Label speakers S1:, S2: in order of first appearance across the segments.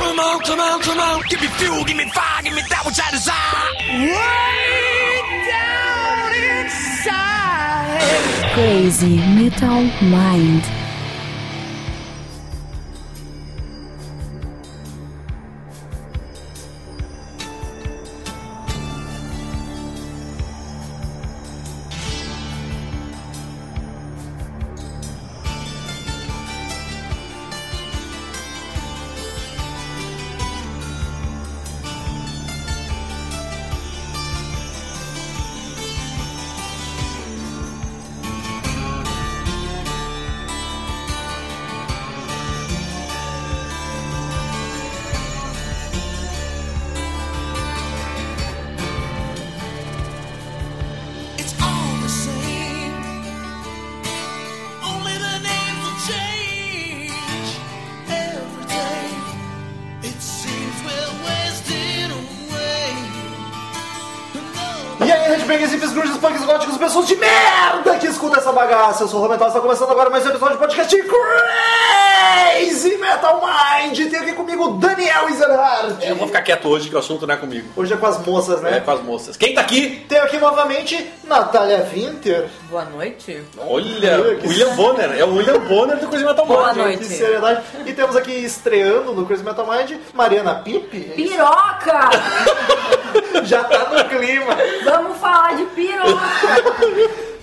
S1: surround, surround. Give me fuel, give me fire, give me that which I desire.
S2: Crazy Metal Mind.
S1: It's all the same. Only the names will change every day. It seems we're wasting away. Another
S3: E aí, Redbangers, hippies, grunges, punks, góticos, pessoas de merda que escuta essa bagaça. Eu sou o Romental, está começando agora mais um episódio de podcast Crazy Metal Mind. Tem aqui comigo o Daniel Isenhardt.
S4: É, Eu vou ficar quieto hoje que o assunto não é comigo.
S3: Hoje é com as moças,
S4: É
S3: né?
S4: com as moças. Quem tá aqui?
S3: Tem aqui novamente Natália Winter.
S5: Boa noite.
S4: Olha,
S3: Que
S4: William Bonner. É o William Bonner do Coisa Metal
S5: Boa
S4: Mind.
S5: noite.
S3: Que seriedade. E temos aqui estreando no Crazy Metal Mind, Mariana Pipe.
S5: Piroca!
S3: Já tá no clima.
S5: Vamos falar de piroca!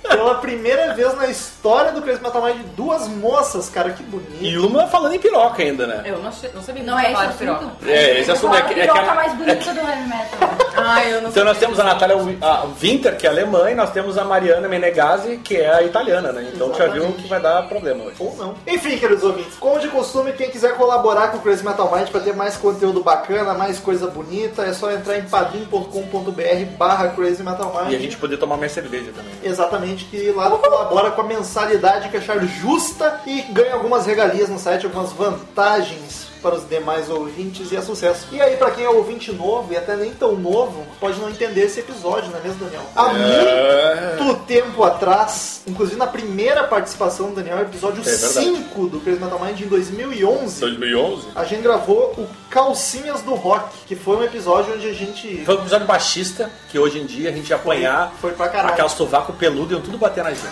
S3: Pela primeira vez na história do Crazy Metal Mind, duas moças, cara, que bonito.
S4: E uma falando em piroca ainda, né?
S5: Eu não, sei- não sabia que
S6: Não
S5: tinha
S6: é esse
S5: falado de
S6: assunto?
S5: piroca.
S4: É, esse assunto é,
S6: a
S4: que- é
S6: piroca
S4: aquela-
S6: mais bonita do heavy metal.
S5: Ah, eu não
S4: Então nós
S5: sabia.
S4: temos a Natália Wi- a Winter, que é alemã, e nós temos a Mariana Menegazzi, que é a italiana, né? Então tu já viu que vai dar problema hoje.
S3: Ou não. Enfim, queridos ouvintes, como de costume, quem quiser colaborar com o Crazy Metal Mind para ter mais conteúdo bacana, mais coisa bonita, é só entrar em padrim.com.br barra Crazy Metal Mind.
S4: E a gente poder tomar minha cerveja também.
S3: Exatamente, que lá tu colabora com a mensalidade que achar justa e ganha algumas regalias no site, algumas vantagens para os demais ouvintes e é sucesso. E aí, para quem é ouvinte novo e até nem tão novo, pode não entender esse episódio, não é mesmo, Daniel? Há
S4: É.
S3: muito tempo atrás, inclusive na primeira participação do Daniel, episódio
S4: É verdade.
S3: 5 do Crazy Metal Mind em 2011,
S4: 2011?
S3: a gente gravou o Calcinhas do Rock, que foi um episódio onde a gente
S4: Foi um episódio baixista, que hoje em dia a gente ia apanhar,
S3: foi pra caralho.
S4: aquela sovaco peludo iam tudo bater na gente.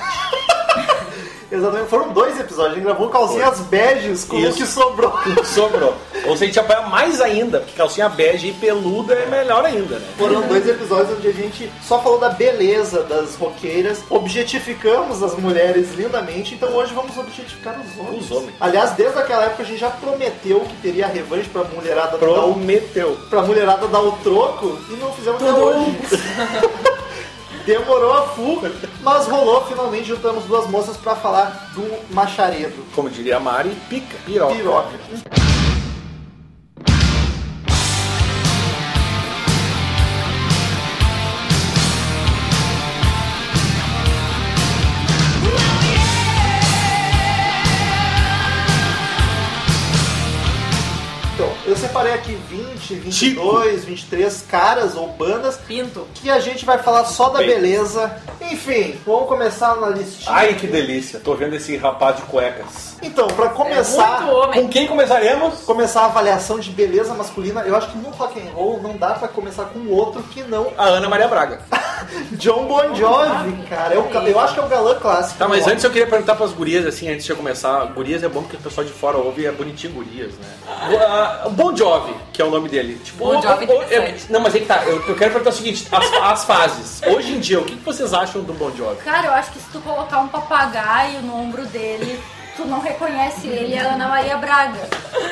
S3: Exatamente, foram dois episódios. A gente gravou calcinhas beges com o
S4: Isso.
S3: que sobrou.
S4: Sobrou. Ou se a gente apanhar mais ainda, porque calcinha bege e peluda é melhor ainda, né?
S3: Foram dois episódios onde a gente só falou da beleza das roqueiras, objetificamos as mulheres lindamente, então hoje vamos objetificar os homens.
S4: Os homens.
S3: Aliás, desde aquela época a gente já prometeu que teria revanche pra mulherada dar
S4: Então,
S3: o,
S4: Prometeu.
S3: pra mulherada dar o troco e não fizemos até hoje. Demorou a full, mas rolou, finalmente juntamos duas moças pra falar do macharedo.
S4: Como diria a Mari, pica, piroca.
S3: Piroca. Então, eu separei aqui 20, 22, 23 caras ou bandas
S5: Pinto.
S3: que a gente vai falar só da
S4: Bem.
S3: beleza. Enfim, vamos começar na listinha.
S4: Ai, que delícia. Tô vendo esse rapaz de cuecas.
S3: Então, pra começar,
S5: Muito homem.
S4: Com quem começaremos?
S3: começar a avaliação de beleza masculina, eu acho que no rock and roll não dá pra começar com outro que não
S4: A Ana Maria Braga.
S3: John Bon Jovi, cara. É o ga- eu acho que é o galã clássico.
S4: Tá, mas
S3: Ó,
S4: antes eu queria perguntar pras gurias, assim, antes de eu começar. Gurias é bom porque o pessoal de fora ouve e é bonitinho gurias, né? Bo- ah, Bon Jovi, que é o nome dele. Tipo,
S5: Bon
S4: o-
S5: Jovi tá
S4: o- o-
S5: interessante.
S4: eu- Não, mas aí que tá. Eu, eu quero perguntar o seguinte, as, as fases. Hoje em dia, o que que vocês acham do Bon Jovi?
S6: Cara, eu acho que se tu colocar um papagaio no ombro dele, tu não reconhece ele, é a Ana Maria Braga.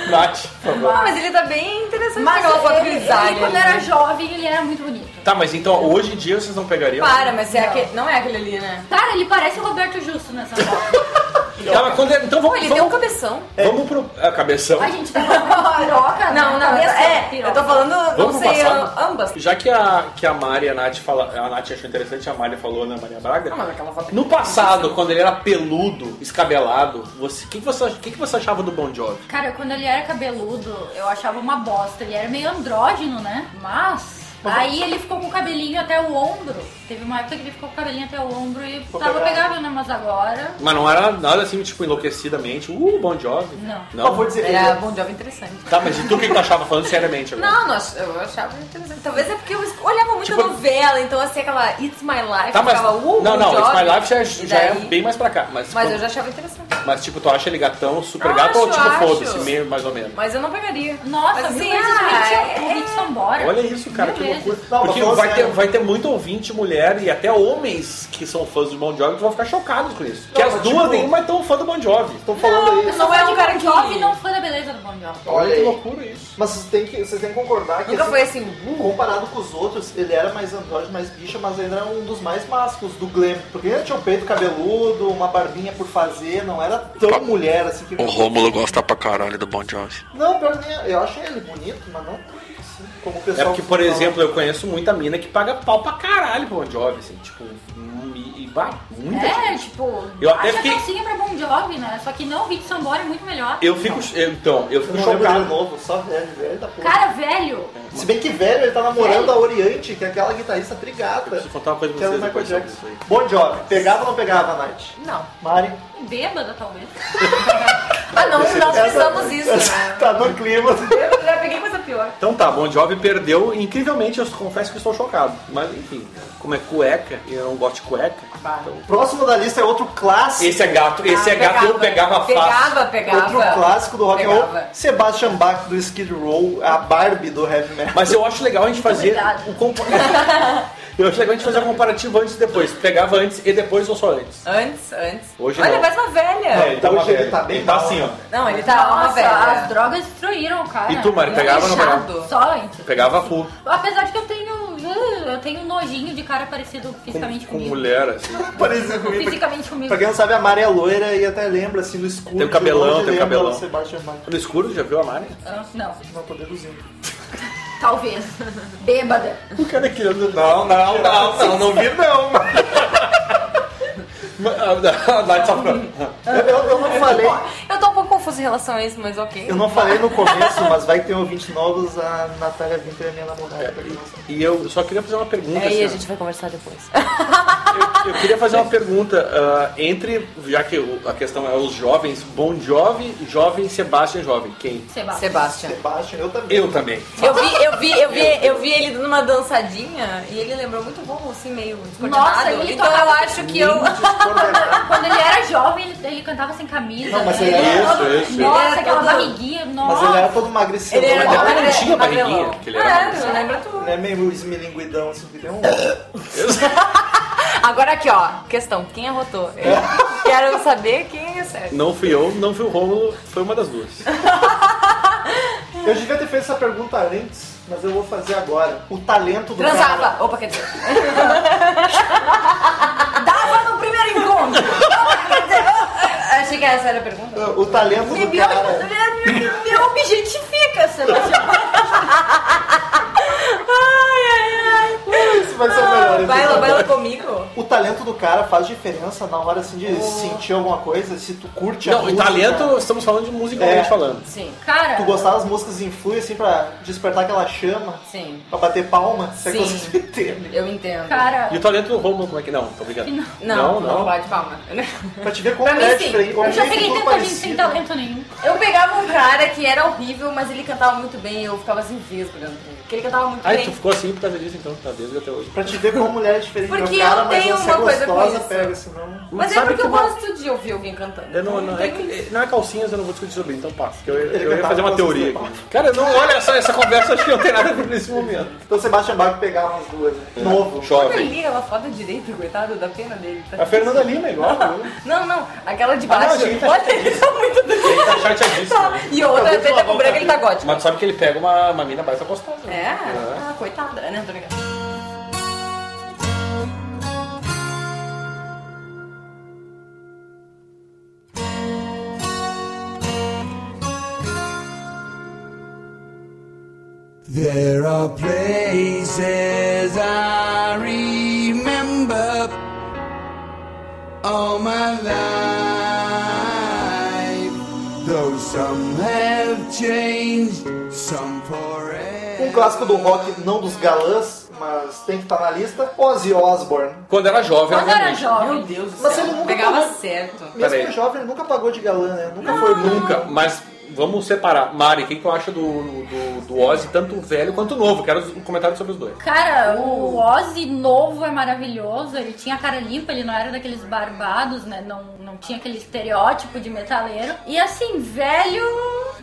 S4: Nath, por favor.
S5: Mas ele tá bem interessante.
S6: Mas
S5: naquela foto
S6: ele,
S5: grisalha
S6: ele, quando
S5: ali.
S6: era jovem, ele era muito bonito.
S4: Tá, mas então hoje em dia vocês não pegariam?
S5: Para, mas é
S6: Não.
S5: aquele, não é aquele ali, né?
S6: Cara, ele parece o Roberto Justo nessa foto.
S4: Tá, mas quando é- então
S5: Pô,
S4: vamos,
S5: ele tem um
S4: vamos,
S5: cabeção.
S4: vamos pro... A cabeção.
S6: A gente tá falando de piroca, né?
S5: Não, não,
S6: Cabeça,
S5: é,
S6: piroca.
S5: eu tô falando,
S4: Vamos
S5: não sei,
S4: passar?
S5: am- ambas.
S4: Já que a, que a Mari e a Nath, fala, a Nath achou interessante, a Mari falou Ana Maria Braga.
S5: Não, Ah, mas aquela foto
S4: No passado, quando ele era peludo, escabelado, você, o que, que você, o que, que você achava do Bon Jovi?
S6: Cara, quando ele era cabeludo, eu achava uma bosta. Ele era meio andrógeno, né? Mas... Aí ele ficou com o cabelinho até o ombro. Teve uma época que ele ficou com o cabelinho até o ombro e
S3: Ficou
S6: tava
S3: pegado.
S6: pegável, né? Mas agora.
S4: Mas não era nada assim, tipo, enlouquecidamente. Uh, Bon Jovi.
S6: Não.
S3: Não, vou
S4: é-
S3: dizer.
S5: é Era Bon Jovi interessante.
S4: Tá, mas e tu o que que tu achava? Falando seriamente agora.
S5: Não, não, ach- eu achava interessante. Talvez é porque eu es- olhava muita
S4: Tipo-
S5: novela, então assim, aquela It's My Life,
S4: Tá, mas,
S5: ficava uh,
S4: não,
S5: Bon
S4: não,
S5: Jovi.
S4: It's My Life já,
S5: E
S4: já é
S5: daí-
S4: bem mais pra cá. Mas,
S5: Mas eu
S4: tipo,
S5: já achava interessante.
S4: mas, tipo, tu acha ele gatão, super
S5: Acho,
S4: gato ou tipo,
S5: acho.
S4: foda-se, meio mais ou menos?
S5: Mas eu não pegaria.
S6: Nossa,
S5: mas,
S6: mil
S5: assim,
S6: vezes
S5: ah,
S6: ah,
S5: é-
S6: o Hit Sambora.
S4: Olha isso, cara,
S6: Mil
S4: que loucura.
S6: vezes.
S3: Não,
S4: Porque
S3: mas falando
S4: vai ter,
S3: sério.
S4: vai ter muito ouvinte mulher e até homens que são fãs do Bon Jovi que vão ficar chocados com isso. Porque
S3: Não,
S4: as
S3: mas,
S4: duas,
S3: tipo,
S4: nenhuma é tão fã do Bon Jovi.
S3: Estão falando aí.
S6: Eu sou
S5: Não é
S6: fã
S5: um
S6: de
S5: cara
S6: Bon
S5: que-
S6: Jovi e não fã da beleza do Bon Jovi.
S3: Olha
S4: que
S3: aí.
S4: loucura isso.
S3: Mas vocês têm que, vocês têm que concordar que.
S5: Nunca
S3: assim,
S5: foi assim, uh,
S3: Comparado com os outros, ele era mais androide, mais bicha, mas ainda era um dos mais másculos do glam. Porque ele tinha um peito cabeludo, uma barbinha por fazer, não era tão mulher assim que.
S7: O Rômulo gosta pra caralho do Bon Jovi.
S3: Não, pior que nem- eu acho ele bonito, mas não tanto assim, como o
S4: É
S3: pessoal.
S4: porque, por
S3: fala.
S4: exemplo, eu conheço muita mina que paga pau pra caralho pro Bon Jovi, assim, tipo, hum, e, e bah, muita gente.
S6: É, tipo,
S4: Eu até
S6: acha
S4: fiquei-
S6: calcinha pra Bon Jovi, né? Só que não, o Hit Sambora é muito melhor.
S4: Eu fico, eu- então, eu
S3: Eu
S4: fico
S3: não lembro dele
S4: chocado.
S3: novo, só velho, velho da porra.
S6: Cara, velho,
S3: Se bem que velho, ele tá namorando a Oriente, que é aquela guitarrista brigada.
S4: Preciso contar uma coisa
S3: Que
S4: pra
S3: era o
S4: vocês
S3: Michael
S4: depois sobre isso
S3: Jackson.
S4: aí.
S3: Bom job. Pegava ou não pegava, Night?
S5: não.
S3: Mari.
S6: bêbada talvez.
S5: Ah, não, não
S3: Essa-
S5: precisamos isso,
S3: essa
S5: né?
S3: Tá no clima.
S5: Eu já peguei coisa pior.
S4: Então tá, Bon Jovi perdeu, e, incrivelmente, eu confesso que estou chocado. Mas enfim, como é cueca, e eu não gosto de cueca, então...
S3: Próximo da lista é outro clássico.
S4: Esse é gato, esse é gato, eu pegava fácil.
S5: Ah, Pegava, pegava.
S3: Outro clássico do rock and roll.
S5: Pegava.
S3: Sebastian Bach do Skid Row, a Barbie do heavy metal.
S4: Mas eu acho legal a gente fazer
S6: Obrigada.
S4: um compa- Eu acho legal a gente fazer um comparativo antes e depois. Pegava antes e depois ou só antes.
S5: Antes, antes.
S4: Hoje
S5: Olha,
S4: não.
S5: parece uma velha.
S3: É, ele tá
S4: uma
S3: hoje ele
S4: velha.
S3: tá bem
S4: Ele tá
S3: mal,
S4: assim, ó.
S3: né?
S5: Não, ele tá uma
S6: Nossa, as
S5: velha.
S6: drogas destruíram o cara. é
S4: E tu, Mari,
S6: Eu
S4: pegava ou não
S6: deixava.
S5: pegava?
S6: Só antes.
S4: Pegava full.
S6: Apesar de que eu tenho. uh, Eu tenho nojinho de cara parecido fisicamente
S4: Com
S6: comigo.
S4: mulher, assim.
S3: Parecia comigo.
S6: Fisicamente comigo.
S3: Pra quem não sabe, a Mari é loira e até lembra, assim, no escuro.
S4: Tem o cabelão,
S3: de longe,
S4: tem o
S3: lembra
S4: cabelão.
S3: Sebastian Bach.
S4: No escuro, já viu a Mari?
S6: Ah, Não,
S3: Não, tô deduzindo.
S6: talvez. Bêbada.
S4: O cara que Não, não, não, não, não vi não, ah, tá
S3: Eu, eu- eu não falei...
S5: Eu tô um pouco confusa em relação a isso, mas ok.
S3: Eu não falei no começo, mas vai ter ouvintes novos. A Natália Vinter é minha namorada. é pra quem não sabe.
S4: E eu só queria fazer uma pergunta.
S5: É, e a
S4: assim,
S5: gente vai conversar depois.
S4: ó. eu, eu queria fazer uma pergunta. ah, entre, já que o- a questão é os jovens, Bon Jovi, Jovem, Sebastian Jovem. Quem?
S6: Sebastião.
S5: Sebastian.
S3: um Sebastian, eu também.
S4: Eu também.
S5: Eu vi, eu vi, eu vi, eu vi ele numa dançadinha e ele lembrou muito bom, assim, meio descoordenado.
S6: Nossa, ele
S5: então
S6: tocava
S5: eu acho que eu.
S3: Descoordenado.
S6: Quando ele era jovem, ele, ele cantava sem camisa.
S3: Não, mas
S6: né?
S3: ele era-
S6: Nossa,
S4: Isso, isso.
S6: Nossa,
S5: Ele era
S6: aquela
S5: todo-
S6: barriguinha.
S3: Mas
S6: Nossa.
S3: ele era todo emagrecedor.
S5: Ele era
S4: Mas
S3: né?
S4: ele não tinha
S5: magrelão.
S4: barriguinha, porque ele era assim.
S5: É, eu lembro tudo.
S3: Ele é meio esmilinguidão, assim, que tem um...
S5: Agora aqui, ó, questão, quem arrotou?
S3: É.
S5: Eu quero saber quem é certo.
S4: Não fui eu, não fui o Rômulo, foi uma das duas.
S3: Eu devia ter feito essa pergunta antes, mas eu vou fazer agora. O talento do cara...
S5: Transava. Opa, quer dizer. Dava no primeiro encontro. Opa, quer dizer, eu- eu- Achei que essa era a pergunta.
S3: Ah, O talento
S5: Me,
S3: do
S5: bio-
S3: cara...
S5: me- me objetifica, Sebastião. ai, ai,
S3: Isso
S4: é
S3: vai ser o melhor.
S5: ai.
S3: esse
S5: Baila,
S3: episódio.
S5: baila comigo.
S3: O talento do cara faz diferença na hora, assim, de sentir alguma coisa, se tu curte a
S4: Não, e
S3: música.
S4: talento, estamos falando de musicalmente
S3: É.
S4: falando.
S5: Sim,
S6: Cara,
S3: Tu gostar das músicas influi, assim, pra despertar aquela chama,
S5: sim.
S3: pra bater palma, você
S5: Sim.
S3: consegue entender.
S5: Eu entendo.
S6: cara.
S4: E o talento do Rômulo, como é que não? Tô brincando.
S5: Não,
S4: não.
S5: não, bate palma.
S3: Pra te ver como
S5: Pra mim,
S3: é
S5: sim.
S3: diferente. como
S6: Eu já
S3: é
S6: peguei
S3: tudo
S6: tanta gente
S3: parecido.
S6: sem talento nenhum.
S5: Eu pegava um cara que era horrível, mas ele cantava muito bem e eu ficava assim, vesga olhando pra ele. Porque ele cantava muito
S4: Ai,
S5: bem.
S4: tu ficou assim por causa disso, então, tá desde até hoje.
S3: Pra te ver como mulher é diferente
S5: Porque
S3: do cara,
S5: eu
S3: mas
S5: tenho
S3: você é
S5: uma coisa com
S3: gostosa,
S5: isso.
S3: pega, senão...
S5: Mas é
S4: sabe
S5: porque
S4: que
S5: eu
S4: uma-
S5: gosto de ouvir alguém cantando.
S4: Eu não, não, é,
S5: tem-
S4: que- não é calcinhas, eu não vou discutir sobre, então passa. que Eu, eu
S3: Ele
S4: ia
S3: cantava
S4: fazer uma
S3: com
S4: teoria
S3: vocês,
S4: aqui. Cara, não, olha só, essa conversa acho que não tem nada a ver nesse momento.
S3: Então Sebastian Bach pegava umas duas.
S4: É,
S3: né? Novo.
S5: Olha
S4: Chove.
S5: ali, ela foda direito, coitado da pena dele. tá?
S4: A Fernanda Lima é igual, né?
S5: Não, não, aquela de baixo.
S4: Ah, não, gente,
S5: Olha, ele tá muito doido.
S4: Ele tá chateadíssimo. né?
S5: E a
S3: Eu
S5: outra
S3: vi
S5: até
S3: uma
S5: tá com branca, ele tá gótico.
S4: Mas tu sabe que ele pega uma, uma mina mais gostosa.
S5: É?
S4: né?
S5: Ah, coitada. Não, tô ligada.
S1: There are places I remember all my life, though some have
S8: have changed, some forever.
S3: Um clássico do rock, não dos galãs, mas tem que estar na lista, Ozzy Osbourne.
S4: Quando era jovem,
S6: Quando era
S4: obviamente.
S6: jovem.
S5: Deus do
S3: Mas ele nunca
S5: Pegava
S3: pagou.
S5: certo.
S3: Mesmo
S4: Peraí.
S3: que jovem, ele nunca pagou de galã, né? Nunca foi nunca.
S4: Nunca, mas vamos separar. Mari, quem que eu acho do, do, do Ozzy, tanto velho quanto novo? Quero um comentário sobre os dois.
S6: Cara, o Ozzy novo é maravilhoso, ele tinha a cara limpa, ele não era daqueles barbados, né? Não, não tinha aquele estereótipo de metaleiro. E assim, velho.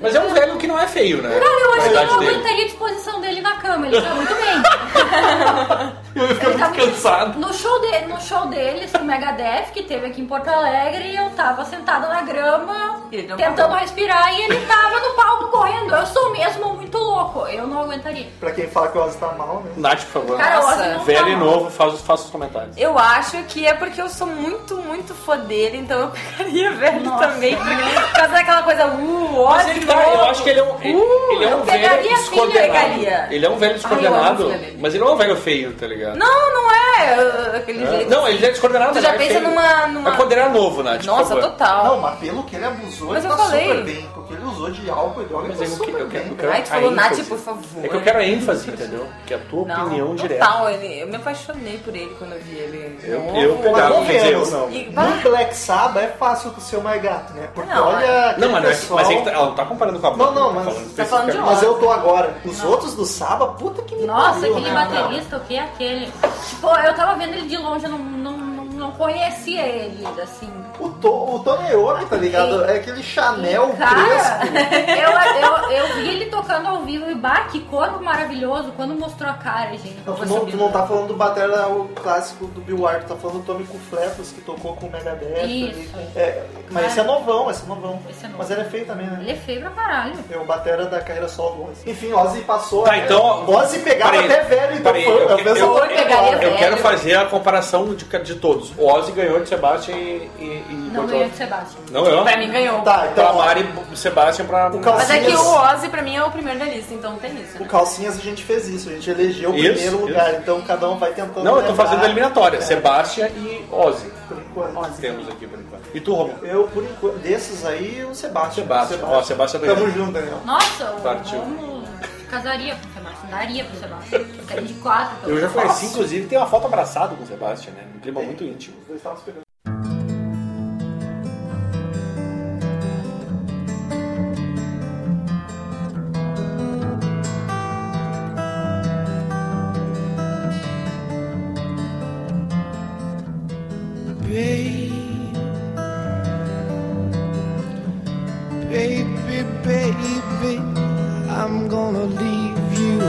S4: Mas é um velho que não é feio, né?
S6: Cara, eu acho que eu
S4: idade
S6: não
S4: dele.
S6: aguentaria a disposição dele na cama, ele tá muito bem.
S4: Eu ia ficar
S6: Ele tá
S4: muito cansado.
S6: No show, de, no show deles, o Megadeth, que teve aqui em Porto Alegre, eu tava sentada na grama,
S5: Ele deu um
S6: tentando respirar, e ele tava no palco correndo. Eu sou mesmo muito louco, eu não aguentaria.
S3: Pra quem fala que o Ozzy tá mal, né?
S4: Nath, por favor.
S6: Cara, o Ozzy
S5: Nossa,
S6: não tá
S4: velho e
S6: mal.
S4: novo, faça faz os comentários.
S5: Eu acho que é porque eu sou muito, muito fã dele, então eu pegaria velho
S6: Nossa.
S5: também. porque- Por causa daquela coisa, uh,
S4: Mas
S5: ótimo.
S4: ele tá, eu acho que ele é um, ele, ele é
S5: eu
S4: um
S5: pegaria
S4: velho
S5: filho,
S4: descoordenado.
S5: pegaria.
S4: Ele é um velho
S5: eu
S4: descoordenado,
S5: amo filho dele.
S4: mas ele não é um velho feio, tá ligado?
S5: Não, não é uh, aquele
S4: É.
S5: jeito.
S4: Não, ele já é descoordenado.
S5: Tu já
S4: ele é
S5: pensa
S4: feio.
S5: numa- numa-
S4: Mas quando ele era novo, Nath. por
S5: Nossa,
S4: favor.
S5: total.
S3: Não, mas pelo que ele abusou,
S5: Mas
S3: ele
S5: eu
S3: tá
S5: falei.
S3: super bem. Porque ele usou de álcool e droga, ele
S4: Mas
S3: tá
S4: eu, não que-
S3: super
S4: eu quero, eu
S3: bem.
S4: quero
S5: Ai, tu
S4: a
S5: falou,
S4: ênfase.
S5: Nath, por favor.
S4: É que eu quero a ênfase, entendeu? Que é a tua
S5: Não,
S4: opinião direta.
S5: total, ele, eu me apaixonei por ele quando eu vi ele.
S4: Eu,
S5: novo.
S4: eu pegava,
S3: Mas
S4: quer dizer, eu
S3: menos.
S4: não.
S5: E-
S3: No Black Sabbath é fácil com o seu mais gato, né? Porque
S5: Não,
S3: olha.
S4: Não, mas, não é-
S3: pessoal...
S4: mas é que tá- ela não tá comparando com a
S3: Não, não,
S4: tá falando
S3: mas-
S5: tá falando de
S4: especificamente.
S3: Mas eu tô agora. Os outros do Saba, puta que me
S6: Nossa,
S3: pariu,
S6: aquele
S3: né, cara?
S6: baterista, o que é aquele? Tipo, eu tava vendo ele de longe, eu não, não, não, não conhecia ele, assim.
S3: O, to, o Tony Iommi, tá ligado? É aquele Chanel
S6: Cara,
S3: crespo.
S6: eu, eu, eu vi ele tocando ao vivo e bah, que corpo maravilhoso quando mostrou a cara, gente.
S3: Não, tu
S6: Foi
S3: não, tu
S6: subindo.
S3: não tá falando do batera o clássico do Bill Ward, tá falando do Tommy Cufletos, que tocou com o Megadeth. ali.
S6: Isso.
S3: É, mas esse é novão, esse é novão.
S6: Esse é novo.
S3: Mas ele é feio também, né?
S6: Ele é feio pra caralho.
S3: É o batera da carreira solo do Ozzy. Enfim, Ozzy passou.
S4: Tá,
S3: até-
S4: então-
S3: Ozzy pegava
S4: Peraí,
S3: até velho, então
S4: peraí,
S3: foi
S4: eu
S3: é o
S4: que-
S3: mesmo
S4: eu-
S3: Tony
S5: eu pegaria
S3: Iommi.
S5: velho.
S4: Eu quero fazer a comparação de, de todos. O Ozzy ganhou de Sebastian e. e, e
S6: Não
S4: botou-
S6: ganhou de Sebastião.
S4: Não eu?
S5: Pra mim ganhou.
S3: Tá,
S4: Pra
S3: então.
S4: Mari, Sebastian, pra.
S3: O Calcinha-
S5: Mas é
S3: Sim,
S5: que o Ozzy pra mim é o primeiro da lista, então tem isso.
S3: O
S5: Né?
S3: Calcinhas a gente fez isso, a gente elegeu o
S4: Isso,
S3: primeiro
S4: isso.
S3: lugar, então cada um vai tentando.
S4: Não, eu tô
S3: lembrar.
S4: fazendo a eliminatória.
S3: É,
S4: Sebastian e Ozzy.
S3: por enquanto.
S4: Temos aqui por enquanto. E tu, Romulo?
S3: Eu, por enquanto, desses aí, o Sebastião.
S4: Sebastião. Ó, Sebastião ganhou.
S3: Tamo junto, Daniel.
S6: Nossa, o
S4: Partiu.
S6: Romulo casaria com o Sebastião, daria pro Sebastião. Ficaria de quatro. pelo
S4: Eu já
S6: menos.
S4: conheci, inclusive, tem uma foto abraçado com o Sebastian, né? Um clima muito íntimo.
S3: Eles estavam se pegando.
S8: Babe, baby, baby, I'm gonna leave you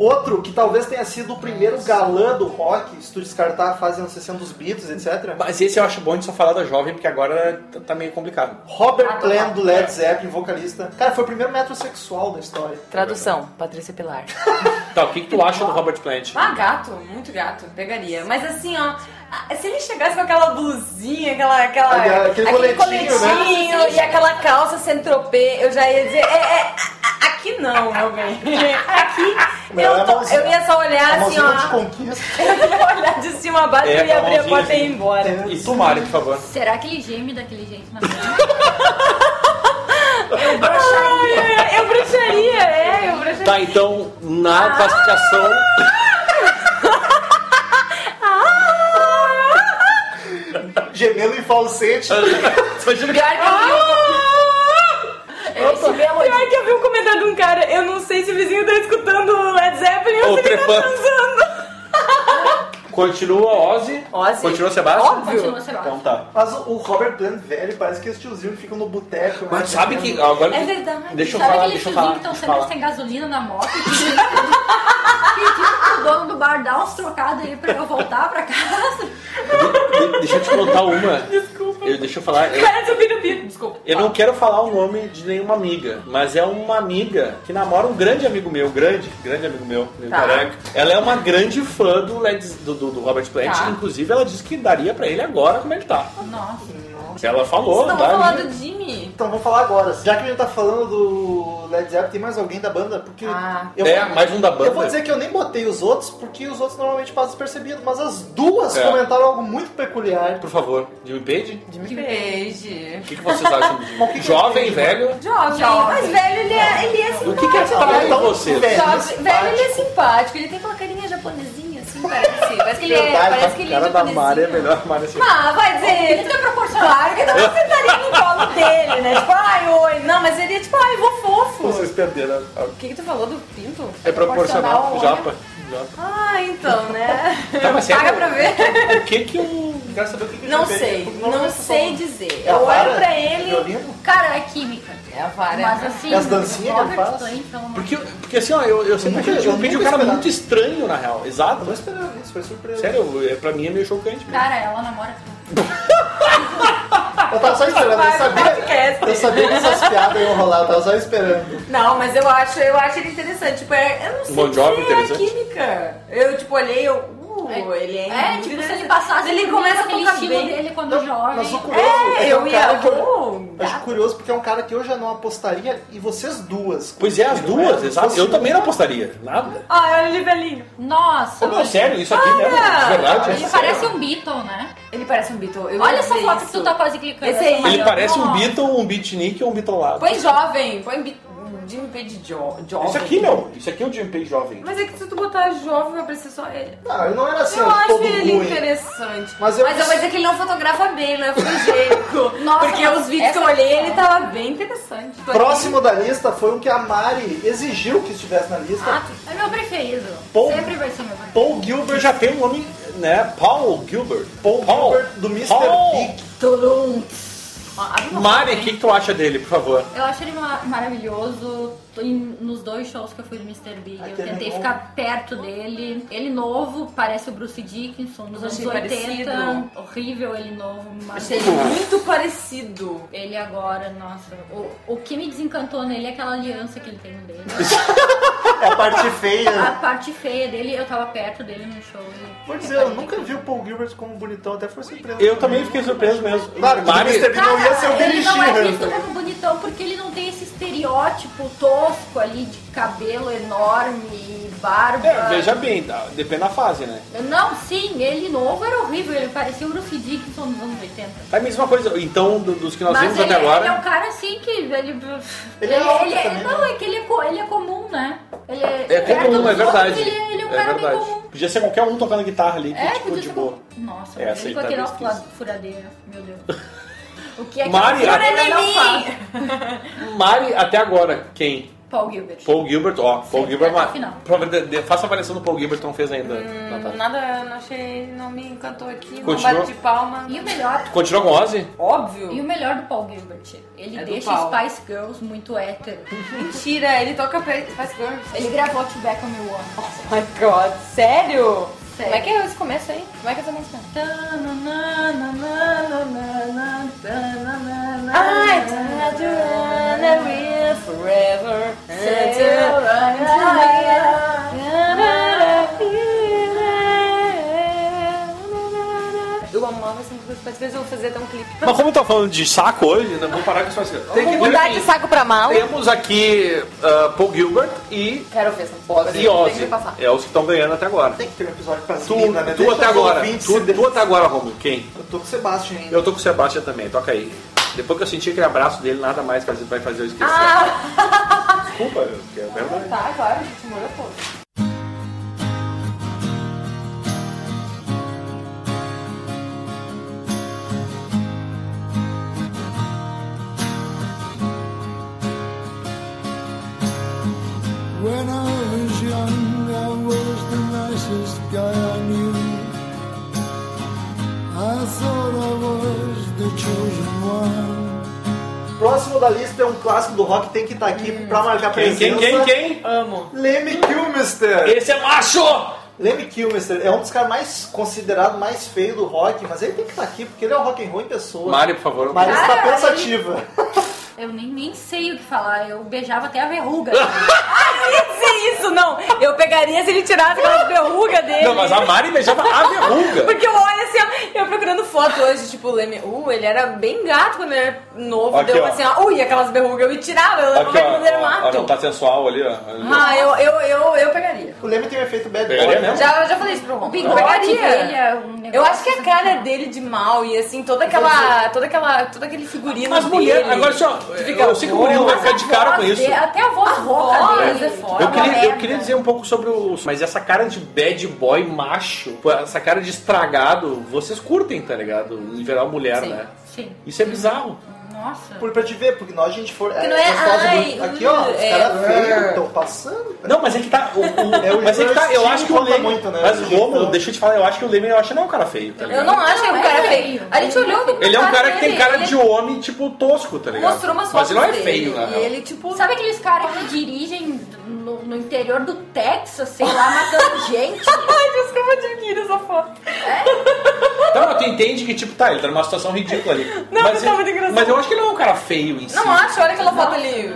S3: Outro que talvez tenha sido o primeiro galã do rock, se tu descartar a fase anos 60 dos Beatles, etc.
S4: Mas esse eu acho bom de só falar da jovem, porque agora tá- tá meio complicado.
S3: Robert Plant, do Led Zeppelin, vocalista. Cara, foi o primeiro metrosexual da história.
S5: Tradução, Patrícia Pilar.
S4: Tá, o que, que tu acha do Robert Plant?
S5: Ah, gato, muito gato, pegaria. Mas assim, ó, a- se ele chegasse com aquela blusinha, aquela. aquela
S3: Aquela- aquele coletinho, né?
S5: coletinho e aquela calça centropê, eu já ia dizer. É, é, a- a- aqui não, meu bem. Aqui
S3: Não,
S5: eu,
S3: é a
S5: tô-
S3: mãozinha.
S5: eu ia só
S3: A
S5: olhar assim,
S3: mãozinha de
S5: ó.
S3: conquista.
S5: Eu ia olhar de cima a baixo
S4: É,
S5: e
S4: com
S5: ia
S4: a
S5: abrir a
S4: mãozinha
S5: porta e ir
S4: assim.
S5: embora.
S4: E tu, Mari, por favor.
S6: Será que ele geme daquele jeito é na cama?
S5: Eu bruxaria. Eu bruxaria, é, eu bruxaria.
S4: Tá, então,
S6: Ah!
S4: na classificação.
S3: Gemelo em falsete.
S4: Imagina
S5: Pior que eu vi um...
S6: É
S5: Opa. Pior que eu vi um comentário de um cara, eu não sei se o vizinho tá escutando Led Zeppelin ou
S4: Ou
S5: se ele tá
S4: trepando.
S5: transando.
S4: Continua Ozzy.
S5: Ozzy.
S4: Continua Sebastian.
S6: Continua,
S5: Óbvio.
S6: Sebastião.
S4: Então tá.
S3: Mas o o Robert Plant velho parece que esse tiozinho que fica no boteco. né?
S4: Mas sabe que. Agora,
S5: É verdade.
S4: Deixa eu
S6: Sabe
S4: falar,
S6: aquele
S4: deixa eu
S6: tiozinho
S4: falar.
S6: que
S4: Deixa eu
S6: estão sempre
S4: falar.
S6: sem gasolina na moto? tipo, e Pedindo pedindo pro tipo dono do bar dar uns trocados aí pra eu voltar pra casa?
S4: De- de- deixa eu te contar uma. Desculpa. Eu, deixa eu falar. Eu,
S5: Parece o Birubiru. Desculpa.
S4: eu não quero falar o nome de nenhuma amiga, mas é uma amiga que namora um grande amigo meu, grande, grande amigo meu, meu
S5: Tá.
S4: careca. Ela é uma grande fã do, Led, do, do- do Robert Plant,
S5: Tá.
S4: inclusive ela disse que daria pra ele agora como ele tá.
S6: Nossa.
S3: não sei.
S4: Ela falou,
S6: Estamos
S4: tá,
S6: falando
S4: gente?
S6: do Jimmy.
S3: Então vamos falar agora. Já que a gente tá falando do Led Zeppelin, tem mais alguém da banda? Porque
S5: Ah.
S3: eu,
S4: É, mais um da banda.
S3: eu vou dizer que eu nem botei os outros, porque os outros normalmente passam despercebidos. Mas as duas
S4: É.
S3: comentaram algo muito peculiar.
S4: Por favor, Jimmy Page?
S5: Que beijo.
S4: O que, é que vocês acham do
S3: Mas o que
S4: Jimmy?
S3: que
S4: Jovem,
S3: ele tem?
S4: velho?
S5: Jovem.
S6: Mas velho, ele é, ele é
S4: O
S6: simpático.
S4: que que atrai
S3: Então,
S4: vocês?
S3: velho,
S6: Jovem- velho, ele é
S3: simpático.
S6: simpático. Ele tem aquela carinha japonesinha, assim, parece. Parece que ele é,
S3: Verdade,
S6: parece que ele
S3: a
S6: é
S3: cara da Mari é
S6: japonesinho.
S3: melhor, Mari assim.
S6: Ah, vai dizer, ele tem proporcional.
S5: tipo, Claro que eu não sentaria no colo dele, né? Tipo, ai, oi. Não, mas ele é tipo, ai, vou fofo.
S3: Vocês perderam. a-
S6: O que, que tu falou do pinto?
S4: É proporcional,
S6: ao
S4: japa.
S6: olho?
S4: japa.
S5: Ah, então, né?
S4: Tá, mas
S6: né? É. Paga
S4: sério,
S6: pra ver.
S4: O que um que o...
S3: Quero saber o que que
S5: Não
S3: ele
S5: sei,
S3: fez.
S5: não sei dizer.
S3: É a
S5: Eu olho
S3: vara
S5: pra
S3: de
S5: ele.
S3: violino?
S6: Cara, é química.
S5: É a vara.
S6: Mas assim,
S3: E as dancinhas que eu
S6: Robert
S3: faço?
S6: Stein, pelo amor de
S4: Porque, porque assim, ó, eu, eu sempre
S3: nunca-
S4: achei o
S3: eu
S4: Jimmy Page um
S3: nunca
S4: cara
S3: esperava.
S4: muito estranho, na real.
S3: Eu
S4: Exato.
S3: não esperava isso, foi surpresa.
S4: Sério, é- pra mim é meio chocante. mesmo.
S6: Cara, ela namora tudo.
S3: Eu tava só esperando, eu
S5: Vai,
S3: sabia,
S5: podcast.
S3: eu sabia que essas piadas iam rolar, eu tava só esperando.
S5: assim, Não, mas eu acho, eu acho ele interessante. Tipo, é-
S3: Um
S5: eu não sei
S4: Bon Jovi
S5: dizer a
S4: interessante?
S5: química. Eu, tipo, olhei, eu. Uh, ele é.
S6: É,
S5: muito
S6: tipo, se ele
S5: interessante.
S6: passasse
S5: Ele
S6: por
S5: começa
S6: mim,
S5: a
S6: aquele
S5: tocar
S6: estilo
S5: bem.
S6: dele quando jovem.
S3: Mas o curioso é,
S5: Um É,
S3: que é um
S5: eu ia.
S3: cara que eu
S5: Uh,
S3: acho curioso porque é um cara que eu já não apostaria e vocês duas.
S4: Pois é, as duas,
S3: é?
S4: exato. Eu também não apostaria. Nada.
S5: Ah, olha ele velhinho.
S6: Nossa.
S4: Ô, meu,
S3: assim?
S4: sério, isso aqui, né?
S5: Olha!
S4: De verdade.
S6: Ele parece um Beatle, né?
S5: Ele parece um Beatle. Eu
S6: Olha
S5: ia
S6: essa
S5: dizer
S6: foto que
S5: isso.
S6: tu tá quase clicando.
S5: Esse
S6: essa
S5: aí.
S6: maior.
S4: Ele parece um
S6: Nossa.
S4: Beatle, um beatnik ou um beatolado.
S5: Põe jovem, põe Be- Jimmy Page jo jovem.
S4: Isso aqui, meu. Isso aqui é
S3: um
S4: o Jimmy Page jovem.
S5: Mas é que se tu botar jovem, vai parecer só ele.
S3: Não, ele não era assim,
S5: Eu
S3: ó,
S5: acho
S3: todo
S5: ele
S3: ruim.
S5: interessante.
S3: Mas
S5: Mas
S3: eu-
S5: eu... vou dizer que ele não fotografa bem, não é fotogênico.
S6: Nossa,
S5: porque
S6: mas
S5: os vídeos que eu
S6: essa-
S5: olhei, ele tava bem interessante. Tô
S3: Próximo da lista foi um que a Mari exigiu que estivesse na lista.
S6: Ah, É meu preferido.
S4: Pô.
S6: Sempre vai ser meu preferido.
S4: Paul Gilbert já tem um nome, né? Paul Gilbert.
S3: Paul, Gilbert, do Mr.
S4: Paul.
S3: Big.
S5: aqui. Turum.
S6: Ó, abre uma
S4: Mari, o
S6: foto,
S4: que,
S6: hein?
S4: que tu acha dele, por favor?
S6: Eu acho ele ma- maravilhoso. Tô em- nos dois shows que eu fui do Mr. Big, eu
S3: Aquele
S6: tentei
S3: novo.
S6: ficar perto dele. Ele novo, parece o Bruce Dickinson dos anos
S5: achei
S6: 80.
S5: parecido.
S6: Horrível ele novo, mas
S5: Achei ele muito parecido.
S6: ele agora, nossa. O, o que me desencantou nele é aquela aliança que ele tem no dedo.
S3: É a parte
S6: A
S3: feia.
S6: parte feia dele, eu tava perto dele no show. e-
S3: Vou
S4: é,
S3: dizer, eu nunca vi o Paul Gilbert como bonitão, até foi surpresa.
S4: Eu também fiquei surpreso mesmo.
S3: Claro, que o Mr. Big não ia ser o
S6: ele
S3: Billy
S6: não é visto
S3: Sheehan.
S6: como bonitão porque ele não tem esse estereótipo tosco ali de cabelo enorme e barba.
S4: É, veja bem, tá, depende da fase, né?
S6: Não, sim, ele novo era horrível, ele parecia o Bruce Dickinson dos anos 80.
S4: Tá a mesma coisa. Então, do- dos que nós
S6: Mas
S4: vimos
S6: ele,
S4: até
S6: ele é um
S4: agora.
S6: cara assim que. Ele,
S3: Ele é alto
S6: ele-
S3: também,
S6: Não, é que ele é, co- ele é comum, né? Ele
S4: É
S6: perto
S4: comum,
S6: dos
S4: é verdade.
S6: outros, Ele, é- ele é
S4: é
S6: um cara
S4: verdade.
S6: bem comum.
S4: Podia ser qualquer um tocando guitarra ali, que
S6: É,
S4: tipo,
S6: podia
S4: de
S6: ser
S4: boa.
S6: comum. Nossa,
S4: É,
S6: ele com
S4: aceitável,
S6: aquele
S4: esquisito.
S6: óculos furadeira, meu Deus. O que é que
S4: Mari,
S6: ela
S4: a-
S6: fura em mim? um.
S4: Mari, até agora, quem?
S6: Paul Gilbert.
S4: Paul Gilbert, ó. Paul
S6: Sim,
S4: Gilbert, é
S6: até o
S4: uma-
S6: final. Hum.
S4: prova- de- de- faça a avaliação do Paul Gilbert, que não tá. fez ainda.
S5: Tá,
S4: Natália.
S5: Nada, não achei, não me encantou aqui. Não
S4: Continua.
S5: bate de palma.
S6: E o melhor.
S4: Continua com Ozzy?
S6: E
S5: Óbvio.
S6: o melhor do Paul Gilbert, ele
S5: É do
S6: deixa
S5: Paul.
S6: Spice Girls muito hétero.
S5: Mentira, ele toca pe- Spice Girls.
S6: Ele gravou To Back on Me One.
S5: Oh my god, sério?
S6: Sério.
S5: Como é que é esse começo aí? Como é que é essa música?
S6: Ai,
S5: I tried to run away forever until I'm tired. Eu amava essa música, às vezes eu vou fazer até um clipe.
S4: Mas como eu tô falando de saco hoje, né, vou parar com isso. Tem
S5: Vou mudar de saco pra mala.
S4: Temos aqui ah, Paul Gilbert e,
S5: Quero ver essa música.
S4: e
S5: Tem
S4: Ozzy.
S5: que passar.
S4: É os que estão ganhando até agora.
S3: Tem que ter um episódio pra
S4: Tu,
S3: cima, né?
S4: tu
S3: Deixa
S4: até
S3: os
S4: agora.
S3: ouvintes
S4: Tu,
S3: se-
S4: tu até agora, Romulo. Quem?
S3: Eu tô com o Sebastian ainda.
S4: Eu tô com o Sebastião também, toca aí. Depois que eu senti aquele abraço dele, nada mais fazer- vai fazer eu esquecer.
S5: Ah.
S4: Desculpa, eu- que é verdade.
S5: Tá, claro, a gente morou pouco.
S8: When I was young, I was the nicest guy I knew. I thought I was the chosen one.
S3: Próximo da lista é um clássico do rock, tem que estar aqui
S5: Hum.
S3: pra marcar
S4: Quem, quem,
S3: presença.
S4: quem, quem?
S5: Amo.
S3: Lemmy Kilmister.
S4: Esse é macho!
S3: Lemmy Kilmister é um dos caras mais considerado mais feio tá um do rock, mas ele tem que estar aqui porque ele é o rock and roll em pessoa.
S4: Mário, por favor.
S3: Mari está
S6: Cara,
S3: pensativa.
S6: eu nem, nem sei o que falar. Eu beijava até a verruga.
S5: Ah, não ia dizer isso, não. Eu pegaria se ele tirasse aquela verruga dele.
S4: Não, mas a Mari beijava a verruga.
S5: Porque eu olho assim, ó, eu procurando foto hoje, tipo, o Leme, uh, ele era bem gato quando ele era novo,
S4: Aqui,
S5: deu
S4: ó.
S5: assim, ó, ui, aquelas verrugas, eu me tirava, eu
S4: Aqui,
S5: levava
S4: ó,
S5: quando ele
S4: ó, ó,
S5: mato.
S4: não tá sensual ali, ó. Ali, ó.
S5: Ah, eu, eu, eu, eu pegaria.
S3: O Leme tem um efeito bad
S4: Pegaria
S3: boy.
S4: é mesmo?
S5: Já, já falei isso pro
S6: O
S5: Ron. Eu
S6: bigode dele
S5: pegaria.
S6: é um negócio.
S5: Eu acho que a cara dele de mal e assim, toda aquela. toda aquela. todo aquele figurino.
S4: Mas mulher,
S5: dele,
S4: agora só,
S5: que fica
S4: eu sei que o Murilo vai
S5: horror.
S4: ficar de cara com isso.
S6: Até- Até a voz rouca
S5: voz
S6: dele
S5: é
S6: é
S5: foda.
S6: foda.
S4: Eu queria, eu
S6: merda.
S4: queria dizer um pouco sobre o. Mas essa cara de bad boy macho, pô, essa cara de estragado, vocês curtem, tá ligado? Em geral, mulher,
S5: Sim.
S4: né?
S6: Sim.
S4: Isso é bizarro.
S6: Nossa.
S3: Por, pra te ver, porque nós a gente for.
S5: não é-
S3: nós falamos
S5: ai,
S3: muito- aqui, ó, os
S5: é,
S3: caras feios
S4: é.
S3: estão passando. cara.
S4: Não, mas é que tá. O, o-
S3: É, o
S4: mas é que tá. Eu
S3: Steve
S4: acho que o
S3: conta
S4: Leme.
S3: muito, né?
S4: Mas o Romulo,
S3: Então-
S4: deixa eu te falar, eu acho que o Leme eu acho não é um cara feio, tá
S5: Eu
S4: ligado?
S5: não acho que é um
S6: Não,
S5: cara
S6: é
S5: feio.
S6: feio.
S5: A gente olhou o documentário
S4: Ele é um cara que tem
S5: dele,
S4: cara
S5: ele
S4: de homem, tipo, tosco, tá ligado?
S5: Mostrou
S4: mas
S5: umas fotos
S4: ele não é
S5: dele,
S4: feio, né?
S5: E ele, tipo.
S6: Sabe aqueles caras que dirigem no, no interior do Texas, sei lá, matando gente?
S5: Ai, desculpa, eu tive que ir essa foto.
S4: Não, mas tu entende que, tipo, tá, ele tá numa situação ridícula ali.
S5: é Não,
S4: mas,
S5: mas tá muito engraçado.
S4: mas eu acho que ele não é um cara feio em si.
S5: Não acho, olha aquela foto ali.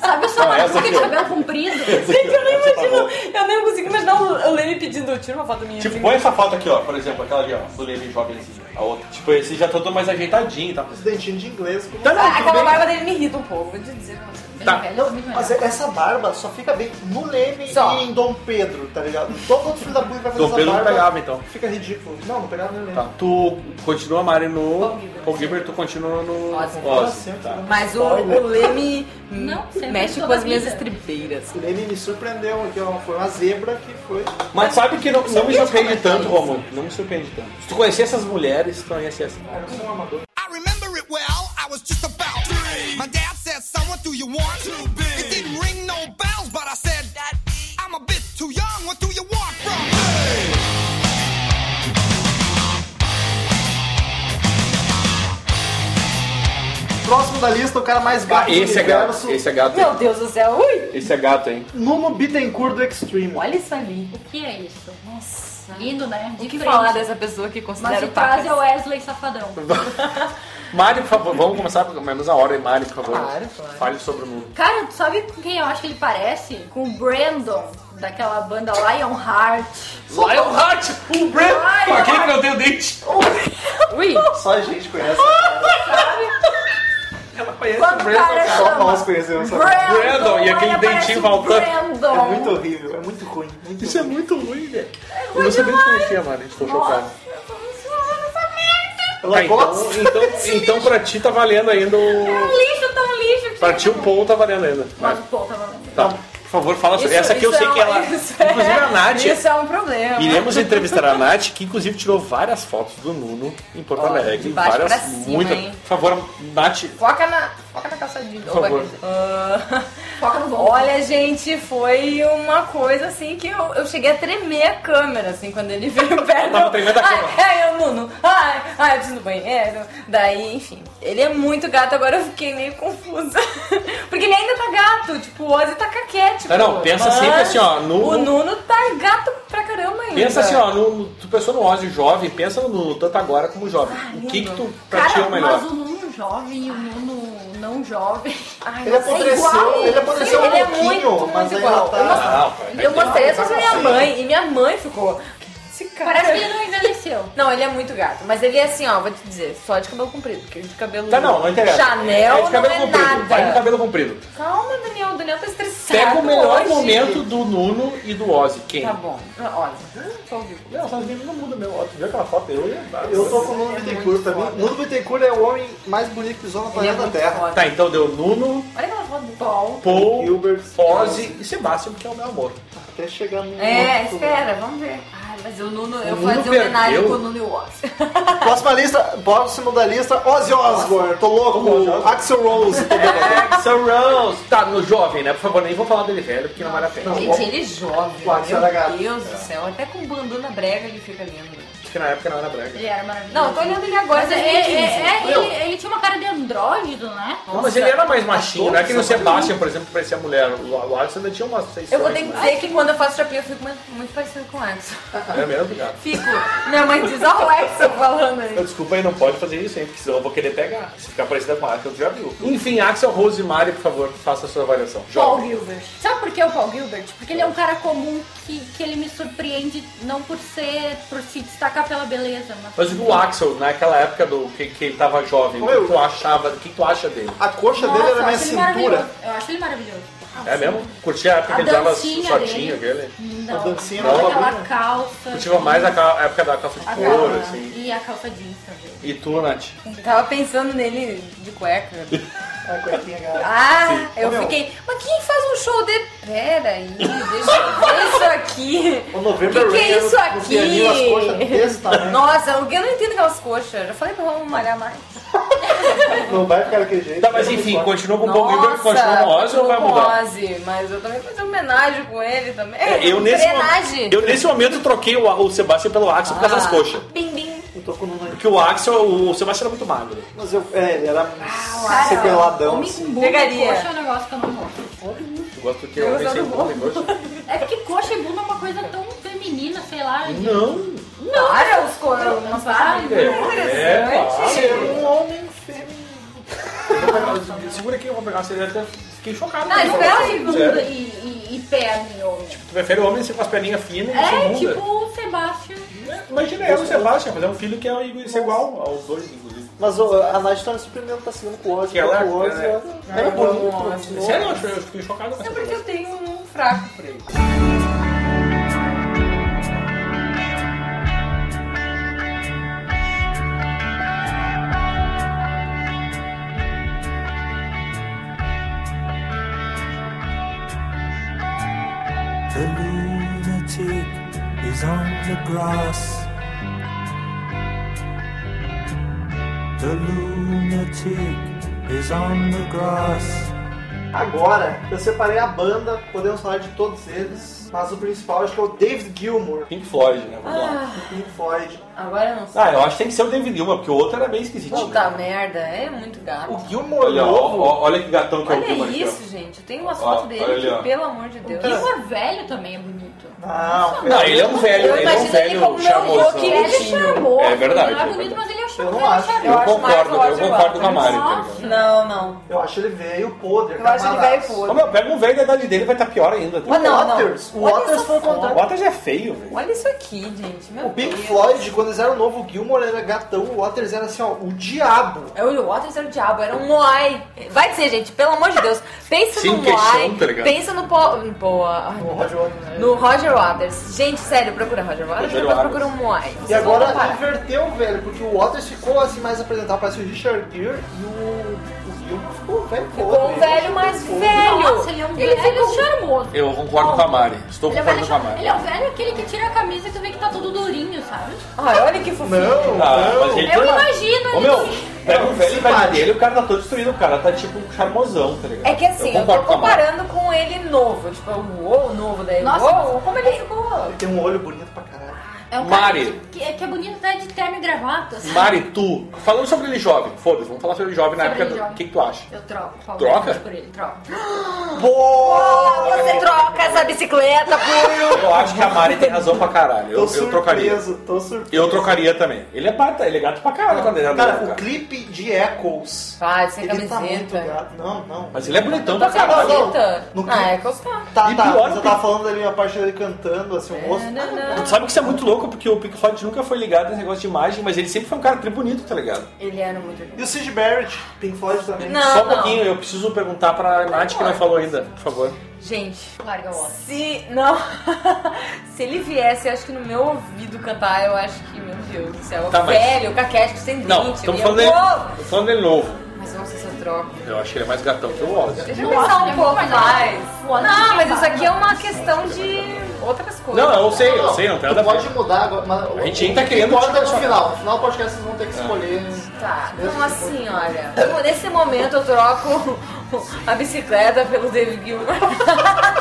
S6: Sabe só
S4: Não,
S6: uma
S4: essa
S6: maluca
S4: aqui,
S6: de
S4: ó.
S6: cabelo comprido?
S5: Gente, eu nem
S4: Essa tá
S5: imagino.
S4: boa.
S5: Eu nem consigo imaginar o o Leme pedindo, tira uma foto minha.
S4: Tipo,
S5: assim.
S4: põe essa foto aqui, ó, por exemplo, aquela ali, ó, do Leme jovenzinho, a outra. Tipo, esse já tá todo mais ajeitadinho tá? e tal.
S3: Os dentinhos de inglês. como-
S4: Tá, não,
S5: Ah,
S4: tudo
S5: Aquela
S4: bem.
S5: barba dele me irrita um pouco, vou te dizer. pra você.
S4: Tá.
S6: Ele é
S3: Não,
S6: muito melhor.
S3: mas essa barba só fica bem no Leme
S5: Só.
S3: e em Dom Pedro, tá ligado? Todo outro filho da puta vai fazer
S4: Dom
S3: essa
S4: Pedro não
S3: barba.
S4: pegava, então.
S3: Fica ridículo. Não, não pegava nem o Leme.
S4: Tá, tu continua, Mari, no
S5: Paul Gilbert.
S4: Paul Gilbert, tu continua no
S5: Ozzy.
S4: Ozzy.
S3: Sempre
S4: Tá.
S3: dando
S5: Mas o,
S3: spoiler.
S5: o Leme
S6: Não, sempre
S5: mexe
S6: toda
S5: com as
S6: a
S5: minhas
S6: vida.
S5: estribeiras.
S3: O Leme me surpreendeu aqui, ó. Foi uma zebra que foi.
S4: Mas sabe que não, não me
S6: Sabia
S4: surpreende
S6: como é que é
S4: tanto,
S6: isso?
S4: Romulo. Não me surpreende tanto. Se tu conhecer essas mulheres, tu conhece essa.
S3: Eu sou um amador.
S1: I remember it well. I was just about three. My dad said, "Son, what do you want?" Too big. It didn't ring no bells, but I said, "Dad, I'm a bit too young. What do you want from me?"
S3: Próximo da lista, o cara mais gato
S4: Esse
S3: do
S4: é gato,
S3: universo.
S4: esse é gato,
S5: Meu
S4: hein?
S5: Deus do céu, ui!
S4: Esse é gato, hein?
S3: Nuno Bittencourt do Extreme.
S5: Olha isso ali.
S6: O que é isso? Nossa. Lindo, né? De
S5: O que
S6: frente.
S5: falar dessa pessoa que
S6: Mas
S5: considera
S6: de
S5: o
S6: trás
S5: Pacas?
S6: é o Wesley Safadão.
S4: Mari, por favor, vamos começar pelo menos a hora, hein, Mari, por favor.
S5: Claro, claro.
S4: Fale sobre o mundo.
S6: Cara, tu sabe com quem eu acho que ele parece? Com o Brandon, daquela banda Lionheart.
S4: Lionheart, o Brand,
S6: Lionheart.
S4: pra quem que não tem o dente.
S5: Ui!
S3: Só a gente conhece.
S4: Ela conhece
S6: Quando
S4: o
S6: o
S4: Brandon,
S6: cara
S4: cara.
S3: Só
S6: chama
S3: nós conhecemos. essa
S6: Brandon,
S4: Brandon, e aquele
S6: olha,
S4: dentinho
S6: parece um
S4: faltando.
S3: É
S6: Brandon.
S3: muito horrível, é muito ruim. Muito
S4: Isso é
S3: ruim.
S4: muito É ruim, velho. Eu não sabia que conhecia, Mari. Estou chocado.
S3: Ela
S4: Tá, então,
S3: gosta.
S4: então, então pra ti tá valendo ainda
S6: Tão
S4: o.
S6: um lixo, tão lixo. que-
S4: Pra ti o Paul tá valendo ainda. Vai.
S6: Mas o Paul tava lendo.
S4: Tá. Por favor, fala sobre.
S5: Isso-
S4: Essa aqui eu
S5: isso
S4: sei
S5: é
S4: que
S5: um-
S4: ela.
S5: isso é-
S4: Inclusive a Nath.
S5: Isso é um problema.
S4: Iremos entrevistar a Nath, que inclusive tirou várias fotos do Nuno em Porto
S5: Ó,
S4: Alegre.
S5: de baixo
S4: Várias,
S5: pra cima,
S4: muitas.
S5: hein?
S4: Por favor, Nath.
S5: Foca na, foca na calçadinha.
S4: Por favor.
S5: foca no bom. Olha, gente, foi uma coisa assim que eu, eu cheguei a tremer a câmera, assim, quando ele veio perto.
S4: Tava tremendo a
S5: ai,
S4: câmera.
S5: Ai, eu, Nuno, ai, ai, eu preciso do banheiro. Daí, enfim, ele é muito gato, agora eu fiquei meio confusa. Porque ele ainda tá gato, tipo, o Ozzy tá caquete.
S4: Não, não, pensa sempre assim, ó, no-
S5: O Nuno tá gato pra caramba ainda.
S4: Pensa assim, ó, no- tu pensou no Ozzy jovem, pensa no Nuno, tanto agora como jovem.
S5: Ah,
S4: o que que tu pra ti é
S6: Cara,
S4: o melhor?
S6: mas o Nuno jovem e o Nuno não jovem.
S5: Ai,
S3: Ele
S5: nossa, é
S3: apodreceu,
S5: igual.
S3: ele apodreceu um
S5: Sim, ele é
S3: pouquinho,
S5: muito,
S3: mas
S5: muito
S3: ainda
S5: igual.
S3: tá-
S5: Eu mostrei-
S4: Ah, não, cara.
S5: Eu mostrei essa pra minha mãe e minha mãe ficou. Esse cara.
S6: Parece que ele não envelheceu.
S5: Não, ele é muito gato. Mas ele é assim, ó, vou te dizer, só de cabelo comprido, porque de cabelo.
S4: Tá, não, não interessa.
S5: Chanel
S4: é de cabelo
S5: não é
S4: comprido.
S5: nada.
S4: Vai com cabelo comprido.
S5: Calma, Daniel, o Daniel tá estressado.
S4: Pega o melhor
S5: hoje.
S4: momento do Nuno e do Ozzy. Quem?
S5: Tá bom. Olha, hum, só ouviu.
S4: Não, essas meninas não mudam mesmo. Ó, Tu viu aquela foto? Eu ia.
S3: então, Eu tô com o Nuno Bittencourt também. Nuno Bittencourt é o homem mais bonito que pisou na
S5: Ele é
S3: planeta
S5: muito
S3: Terra.
S5: foda.
S4: Tá, então deu Nuno,
S5: Olha aquela foto do Paul.
S4: Paul,
S3: Gilbert,
S4: Ozzy e Sebastian, que é o meu amor.
S3: Até chegar no.
S5: É,
S3: no-
S5: espera, vamos ver. Ai, mas o Nuno, eu
S4: O
S5: vou fazer
S4: Nuno
S5: homenagem
S4: perdeu?
S5: com o Nuno e o Ozzy.
S3: Próxima lista, próximo da lista, Ozzy Osbourne. Tô
S4: Vamos,
S3: louco,
S4: Ozzy.
S3: Axel Rose. Tô bêbado.
S4: Axel É, Rose. Tá, no jovem, né? Por favor, nem vou falar dele velho, porque não é vale a pena.
S3: Não.
S5: Gente, ele é jovem.
S3: Pode ser
S5: Meu
S3: legal.
S5: Deus do céu, até com bandana brega ele fica lindo.
S4: Acho que na época não era brega.
S6: Ele era maravilhoso.
S5: Não, eu tô olhando ele agora.
S6: Mas é, é,
S5: 2015.
S6: é, ele, ele tinha uma cara de andrógeno, né?
S4: Não, mas ele era mais machinho, não é que no Sebastian, por exemplo, parecia mulher. O o Alex ainda tinha umas seis né?
S5: Eu vou ter que dizer que quando eu faço terapia eu fico muito, muito parecido com o Axel.
S4: É mesmo, cara.
S5: Fico. Minha mãe diz, olha o Axel falando aí.
S4: Eu, Desculpa aí, não pode fazer isso, hein? Porque senão eu vou querer pegar. Se ficar parecida com a Axel, já viu. Enfim, Axel Rosemary, por favor, faça a sua avaliação.
S6: Paul
S4: Jovem.
S6: Gilbert. Sabe por que o Paul Gilbert? Porque ele é um cara comum que, que ele me surpreende não por ser, por se destacar pela beleza, mas...
S4: Mas o Axel, naquela época do que, que ele tava jovem, o que
S3: Meu.
S4: tu achava, o que tu acha dele?
S3: A coxa
S6: Nossa,
S3: dele era
S6: eu
S3: minha
S6: acho ele maravilhoso.
S3: cintura.
S6: Eu acho ele maravilhoso. Assim,
S4: É mesmo? Curtia a época
S6: A
S4: que ele dava
S6: dancinha
S4: shortinho,
S6: dele.
S4: aquele?
S6: Não,
S3: A dancinha
S6: toda
S4: não,
S6: aquela
S3: né?
S6: calça.
S4: Curtia mais a ca- a época da calça de
S6: a
S4: couro,
S6: calça
S4: assim.
S6: E a calça jeans também.
S4: E tu, Nath?
S5: Tava pensando nele de cueca.
S3: A cuequinha, cara.
S5: Ah, eu
S3: Ô, meu.
S5: fiquei, mas quem faz um show de... Pera aí, deixa eu ver isso aqui.
S4: Ah,
S3: O November
S5: Que que é
S3: Rain,
S5: isso
S3: eu-
S5: aqui?
S3: os pianinhos, as coxas desse tamanho.
S5: Nossa, eu não entendo aquelas coxas. Já falei pra vamos malhar mais.
S3: Não vai ficar daquele jeito.
S4: Tá, mas enfim, continua com o Paul Gilbert,
S5: Nossa,
S4: continua com o Ozzy ou vai
S5: continuo com
S4: mudar?
S5: Ozzy, mas eu também fiz uma homenagem com ele também.
S4: É, eu, nesse
S5: Homenagem.
S4: momento, eu nesse momento troquei o, o Sebastian pelo Axel por causa
S6: Ah.
S4: das coxas.
S5: Ah. Bim, bim.
S3: Eu tô com um-
S4: Porque o Axel, o Sebastian era muito magro.
S3: Mas eu, é, ele era
S4: Ah,
S6: Cara,
S3: sepeladão.
S6: homem
S3: assim.
S6: com bunda e
S5: Pegaria.
S6: coxa é um negócio que eu não gosto.
S4: Eu gosto que
S5: Eu
S4: eu
S5: usava
S4: pensei
S5: o bom.
S6: É porque coxa e bunda é uma coisa tão feminina, sei lá. de-
S4: Não,
S6: Não,
S5: Para os coros.
S6: não vale.
S4: é,
S5: interessante.
S4: é,
S3: Um homem feminino.
S4: claro. Segura aqui, eu vou pegar uma cerveja. até Fiquei chocado.
S6: Não,
S4: com
S6: ele
S4: isso.
S6: pega e bunda
S4: Sério.
S6: e, e, e perna, homem.
S4: Tu prefere o homem assim, com as perninhas finas e
S6: É,
S4: sem bunda?
S6: tipo o Sebastian.
S4: É, Imagina, eu e o Sebastian, mas é um filho que é igual- é igual aos dois, inclusive.
S3: Mas ô, a Nath tá me surpreendendo, tá seguindo com o Ozzy.
S4: Que ela-
S3: com o Ozzy.
S4: é.
S3: ela- Era bonito.
S5: Nossa.
S3: novo.
S4: Sério, eu acho- é eu fiquei chocado com
S5: É
S4: essa
S5: porque
S4: coisa.
S5: eu tenho um fraco por ele.
S9: The lunatic is on the grass. The lunatic is on the grass.
S3: Agora, eu separei a banda, podemos falar de todos eles, mas o principal acho que é o David Gilmour,
S4: Pink Floyd, né? Vamos lá.
S3: do Pink Floyd.
S5: Agora eu não sei.
S4: Ah, eu acho que tem que ser o David Gilmour, porque o outro era bem esquisitinho.
S5: Puta merda, é muito gato.
S3: O Gilmour
S4: Olha, ó,
S3: novo,
S4: ó, olha que gatão que é o
S5: Olha
S4: Gilmour. aqui, ó.
S5: isso, gente. Eu tenho umas fotos
S4: Ó,
S5: dele
S4: olha ali, ó.
S5: que, pelo amor de Deus.
S6: E o velho também é bonito.
S3: Não,
S4: Não, ele é um velho,
S5: Eu
S4: ele é um
S5: imagino ele
S4: velho
S5: como meu avô,
S4: chamosão.
S5: que
S6: Ele é charmoso.
S4: É verdade,
S6: Não
S4: é
S6: é bonito,
S4: verdade.
S6: mas ele é
S3: Eu não
S6: charmoso.
S3: acho.
S5: Eu
S4: Eu
S5: acho mais
S4: concordo,
S5: o Roger
S4: eu concordo com a Mari.
S6: Waters.
S4: tá ligado?
S5: Não, não.
S3: eu acho ele veio podre,
S5: Eu acho ele
S3: camadaço.
S5: velho podre.
S4: Ô, meu, pega um velho da idade dele, vai estar pior ainda.
S5: Mas
S3: O
S5: não, não.
S3: Waters, o
S5: Olha
S3: Waters
S5: essa
S3: foi o contrário.
S4: O Waters é feio, velho.
S5: Olha isso aqui, gente. Meu
S3: O Pink
S5: Deus.
S3: Floyd, quando eles eram novo, o Gilmour era gatão, o Waters era assim, ó, o diabo.
S5: É, O Waters era o diabo, era um Moai. Vai dizer, gente, pelo amor de Deus. Pensa
S4: Sim,
S5: no
S4: questão,
S5: Moai.
S4: tá ligado?
S5: pensa no Paul. Boa. Ai,
S3: O
S5: meu
S3: Roger Waters, né?
S5: Deus. No Roger Waters. Gente, sério, procura Roger Waters
S4: Roger
S5: depois
S4: Waters.
S5: procura um Moai.
S3: E
S5: Vocês vão
S3: agora
S5: comparar.
S3: inverteu, velho, porque o Waters ficou assim mais apresentado, parece o Richard Gere e o, o Gilmour ficou velho podre.
S5: Ficou um velho mais velho.
S6: Nossa, ele é um velho charmoso.
S4: Eu concordo com a Mari. Estou
S6: Ele é,
S4: concordando
S6: velho,
S4: com a Mari.
S6: ele é o velho aquele que tira a camisa e tu vê que tá todo durinho, sabe?
S5: Ai, olha que fofinho.
S3: Não,
S4: Ah,
S3: um não.
S4: mas ele
S6: Eu
S4: tem uma-
S6: imagino
S4: Ô, meu,
S6: ele-
S4: pega um velho da idade
S3: Simpático.
S4: dele, o cara tá todo destruído, o cara tá tipo um charmosão, tá ligado?
S5: É que assim, eu, tô
S4: concordo com a Mari.
S5: comparando com ele novo. Tipo, o uou, novo daí.
S6: Nossa,
S5: uou, como ele ficou.
S3: Ele tem um olho bonito pra caralho.
S6: É um
S4: Mari.
S6: cara que, que, que é bonito até de terno e gravata, assim. sabe?
S4: Mari, tu, falando sobre ele jovem, foda-se, vamos falar sobre ele jovem na época
S6: Sobre ele
S4: do. O
S6: jovem.
S4: que, que tu acha?
S6: Eu troco. Paulo
S4: Troca?
S6: Gilbert Por ele, troco.
S5: Oh, você troca essa bicicleta por.
S4: Eu acho que a Mari tem razão pra caralho. Eu,
S3: Tô
S4: eu trocaria.
S3: surpreso, tô surpreso.
S4: Eu trocaria também. Ele é bata, ele é gato pra caralho quando ele era
S3: Cara,
S4: novo,
S3: o clipe de Echoes.
S5: Vai, sem
S3: ele tá muito
S5: camiseta.
S3: gato. Não, não.
S4: Mas ele é bonitão pra
S5: Tá sem
S4: caralho.
S5: camiseta?
S3: No
S5: Ah, é
S3: clipe-
S5: que eu tá.
S3: Tá,
S4: E
S3: tá.
S4: pior, é
S3: mas
S4: o
S3: eu tava falando ali a parte dele cantando, assim,
S5: É,
S3: o rosto.
S4: Tu sabe que isso é muito louco, porque o Pink Floyd nunca foi ligado nesse negócio de imagem, mas ele sempre foi um cara tri bonito, tá ligado?
S5: Ele era muito
S3: E o Sid Barrett, Pink Floyd também.
S5: Não.
S4: Só um pouquinho, eu preciso perguntar pra Nath que não falou ainda, por favor.
S5: Gente,
S6: Larga o óculos.
S5: se. Não. se ele viesse, acho que no meu ouvido cantar, eu acho que, meu Deus do céu.
S4: Tá, mas-
S5: Velho, caquético, sem dente.
S4: Não, estamos
S5: eu
S4: falando
S5: ia-
S4: dele,
S5: Uou!
S4: tô falando dele novo.
S5: Mas eu não sei se eu troco.
S4: Eu acho que ele é mais gatão que o Ozzy.
S5: Deixa eu
S6: Nossa,
S5: pensar
S6: ele
S5: um
S6: é
S5: pouco
S6: muito mais
S5: mais.
S6: O Ozzy
S5: Não,
S6: tem
S5: mas isso
S6: barba.
S5: aqui é uma questão de outras coisas.
S4: Não, é um eu sei, eu sei, não tem
S3: Tu
S4: nada a
S3: pode
S4: ver.
S3: mudar agora, mas
S4: A gente ainda tá querendo
S3: Pode
S4: discutir
S3: no
S4: só-
S3: é final. No final do podcast vocês vão ter que
S4: Ah.
S3: escolher. um
S5: Tá,
S3: Mesmo
S5: então
S3: se
S5: assim, olha, como nesse momento eu troco a bicicleta pelo David Gilmour.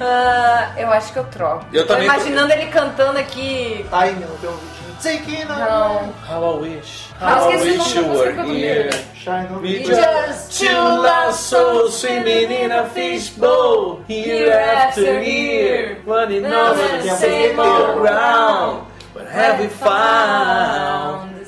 S5: Ah, eu acho que eu troco.
S4: Eu
S5: tô
S4: também
S5: imaginando ele cantando aqui.
S3: Time no teu vidinho. Tá. Sei que não. Tá,
S5: Não.
S4: How I wish.
S5: Ah,
S4: How I
S5: esqueci o
S4: wish
S5: nome
S4: you
S5: da
S4: were
S5: música
S4: here.
S3: Shine on
S4: We
S3: me.
S4: just two lost souls swimming in a fishbowl. Year after year. Running over the same old ground. But have we found?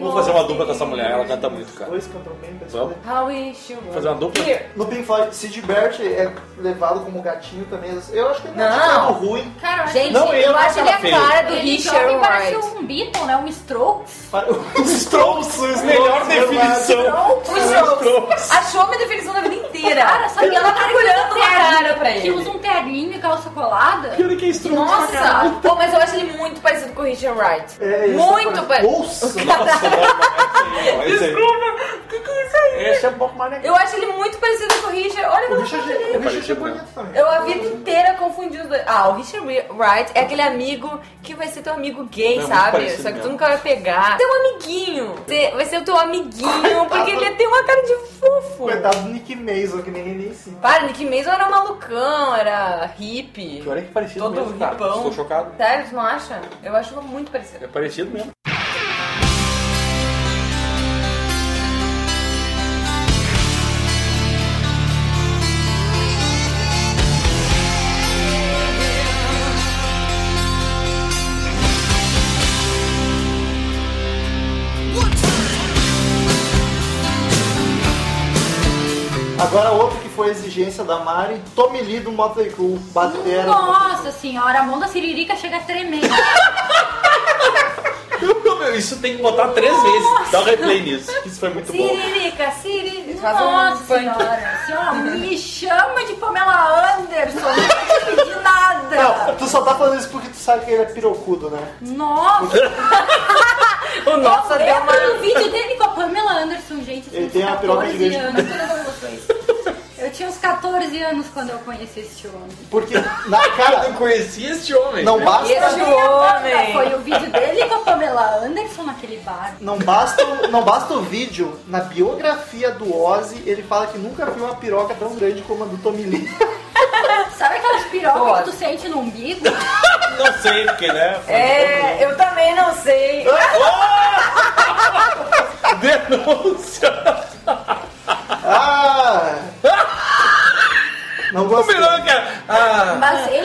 S4: Vamos fazer uma dupla com essa mulher, ela canta muito, cara.
S3: Dois cantam bem, pessoal.
S4: Vamos.
S5: How we should
S4: Fazer uma dupla?
S5: Here.
S3: No Pink Floyd, Sid Bert é levado como gatinho também. Eu acho que ele não,
S5: Não.
S3: é um tipo ruim.
S6: Cara, eu acho
S5: Gente,
S4: Não, ele é
S5: eu
S4: um
S5: acho ele
S4: cara
S5: a cara
S6: que
S5: do
S6: ele
S5: Richard
S6: jovem parece
S5: Wright.
S6: um Beatle, né? Um Strokes.
S3: Os Strokes, os
S4: Melhor
S3: Strokes, verdade.
S4: definição.
S5: Os jogos. Achou minha definição da vida inteira.
S6: Cara, sabe
S5: e ela tá olhando
S6: uma
S5: na cara pra
S6: Que usa
S5: ele.
S6: um terninho e calça colada.
S4: Pior é que é instrumento.
S5: Nossa! Pô, mas eu acho ele muito parecido com o Richard Wright.
S3: É, isso
S5: muito
S3: parece-
S5: parecido.
S4: Nossa,
S3: Nossa,
S4: não, não, é isso aí, não, é isso
S5: Desculpa! O que, que é isso aí?
S4: aí. Esse é um pouco mais legal.
S5: Eu acho ele muito parecido com o Richard. Olha
S3: o
S5: como
S3: Richard,
S5: ele
S3: o Richard é
S4: Parecido, né?
S3: bonito também.
S5: Eu a vida inteira confundi os dois. Ah, o Richard Wright é aquele amigo que vai ser teu amigo gay,
S4: É, muito
S5: sabe?
S4: parecido
S5: Só que tu
S4: mesmo.
S5: nunca vai pegar. Teu amiguinho. Você- Vai ser o teu amiguinho, porque ele tem uma cara de fofo.
S3: Coitado do Nick Mason, que nem ele em cima.
S5: Para, Nick Mason era malucão, era hippie.
S4: Pior é que é parecido
S5: Todo
S4: mesmo, cara.
S5: ripão.
S4: Estou chocado.
S5: Sério, tu não acha? Eu acho muito parecido.
S4: É parecido mesmo.
S3: Agora outro que foi a exigência da Mari, Tommy Lee do Motley Crue, batera.
S6: Nossa senhora, a mão da Siririca chega a tremer.
S4: Isso tem que botar três vezes. Dá um replay nisso. Isso foi muito bom.
S5: Siririca, siririca. Faz um
S6: Nossa
S5: funk.
S6: senhora, senhora, me chama de Pamela Anderson, não vou te pedir nada.
S3: Não, tu só tá falando isso porque tu sabe que ele é pirocudo, né?
S6: Nossa,
S5: O nossa deu
S6: eu
S5: uma.
S6: vi um vídeo dele com a Pamela Anderson, gente. assim,
S3: Ele tem uma piroca
S6: 14
S3: gigante.
S6: anos, quando eu conheço isso. Eu tinha uns 14 anos quando eu conheci este homem.
S3: Porque, na cara,
S4: conheci este homem.
S3: não
S5: Esse
S3: basta...
S5: é
S6: Minha banda
S5: homem.
S6: Foi o vídeo dele com a Pamela Anderson naquele bar.
S3: Não basta, o- não basta o vídeo, na biografia do Ozzy, ele fala que nunca viu uma piroca tão grande como a do Tommy Lee.
S6: Sabe aquelas pirocas
S5: Foda.
S6: que tu sente no umbigo?
S4: Não sei, porque, né? foi-
S5: É, eu também não sei.
S4: Denúncia!
S3: Ah! Não
S4: O
S3: gostei.
S4: melhor, cara. Ah,
S6: Mas ele,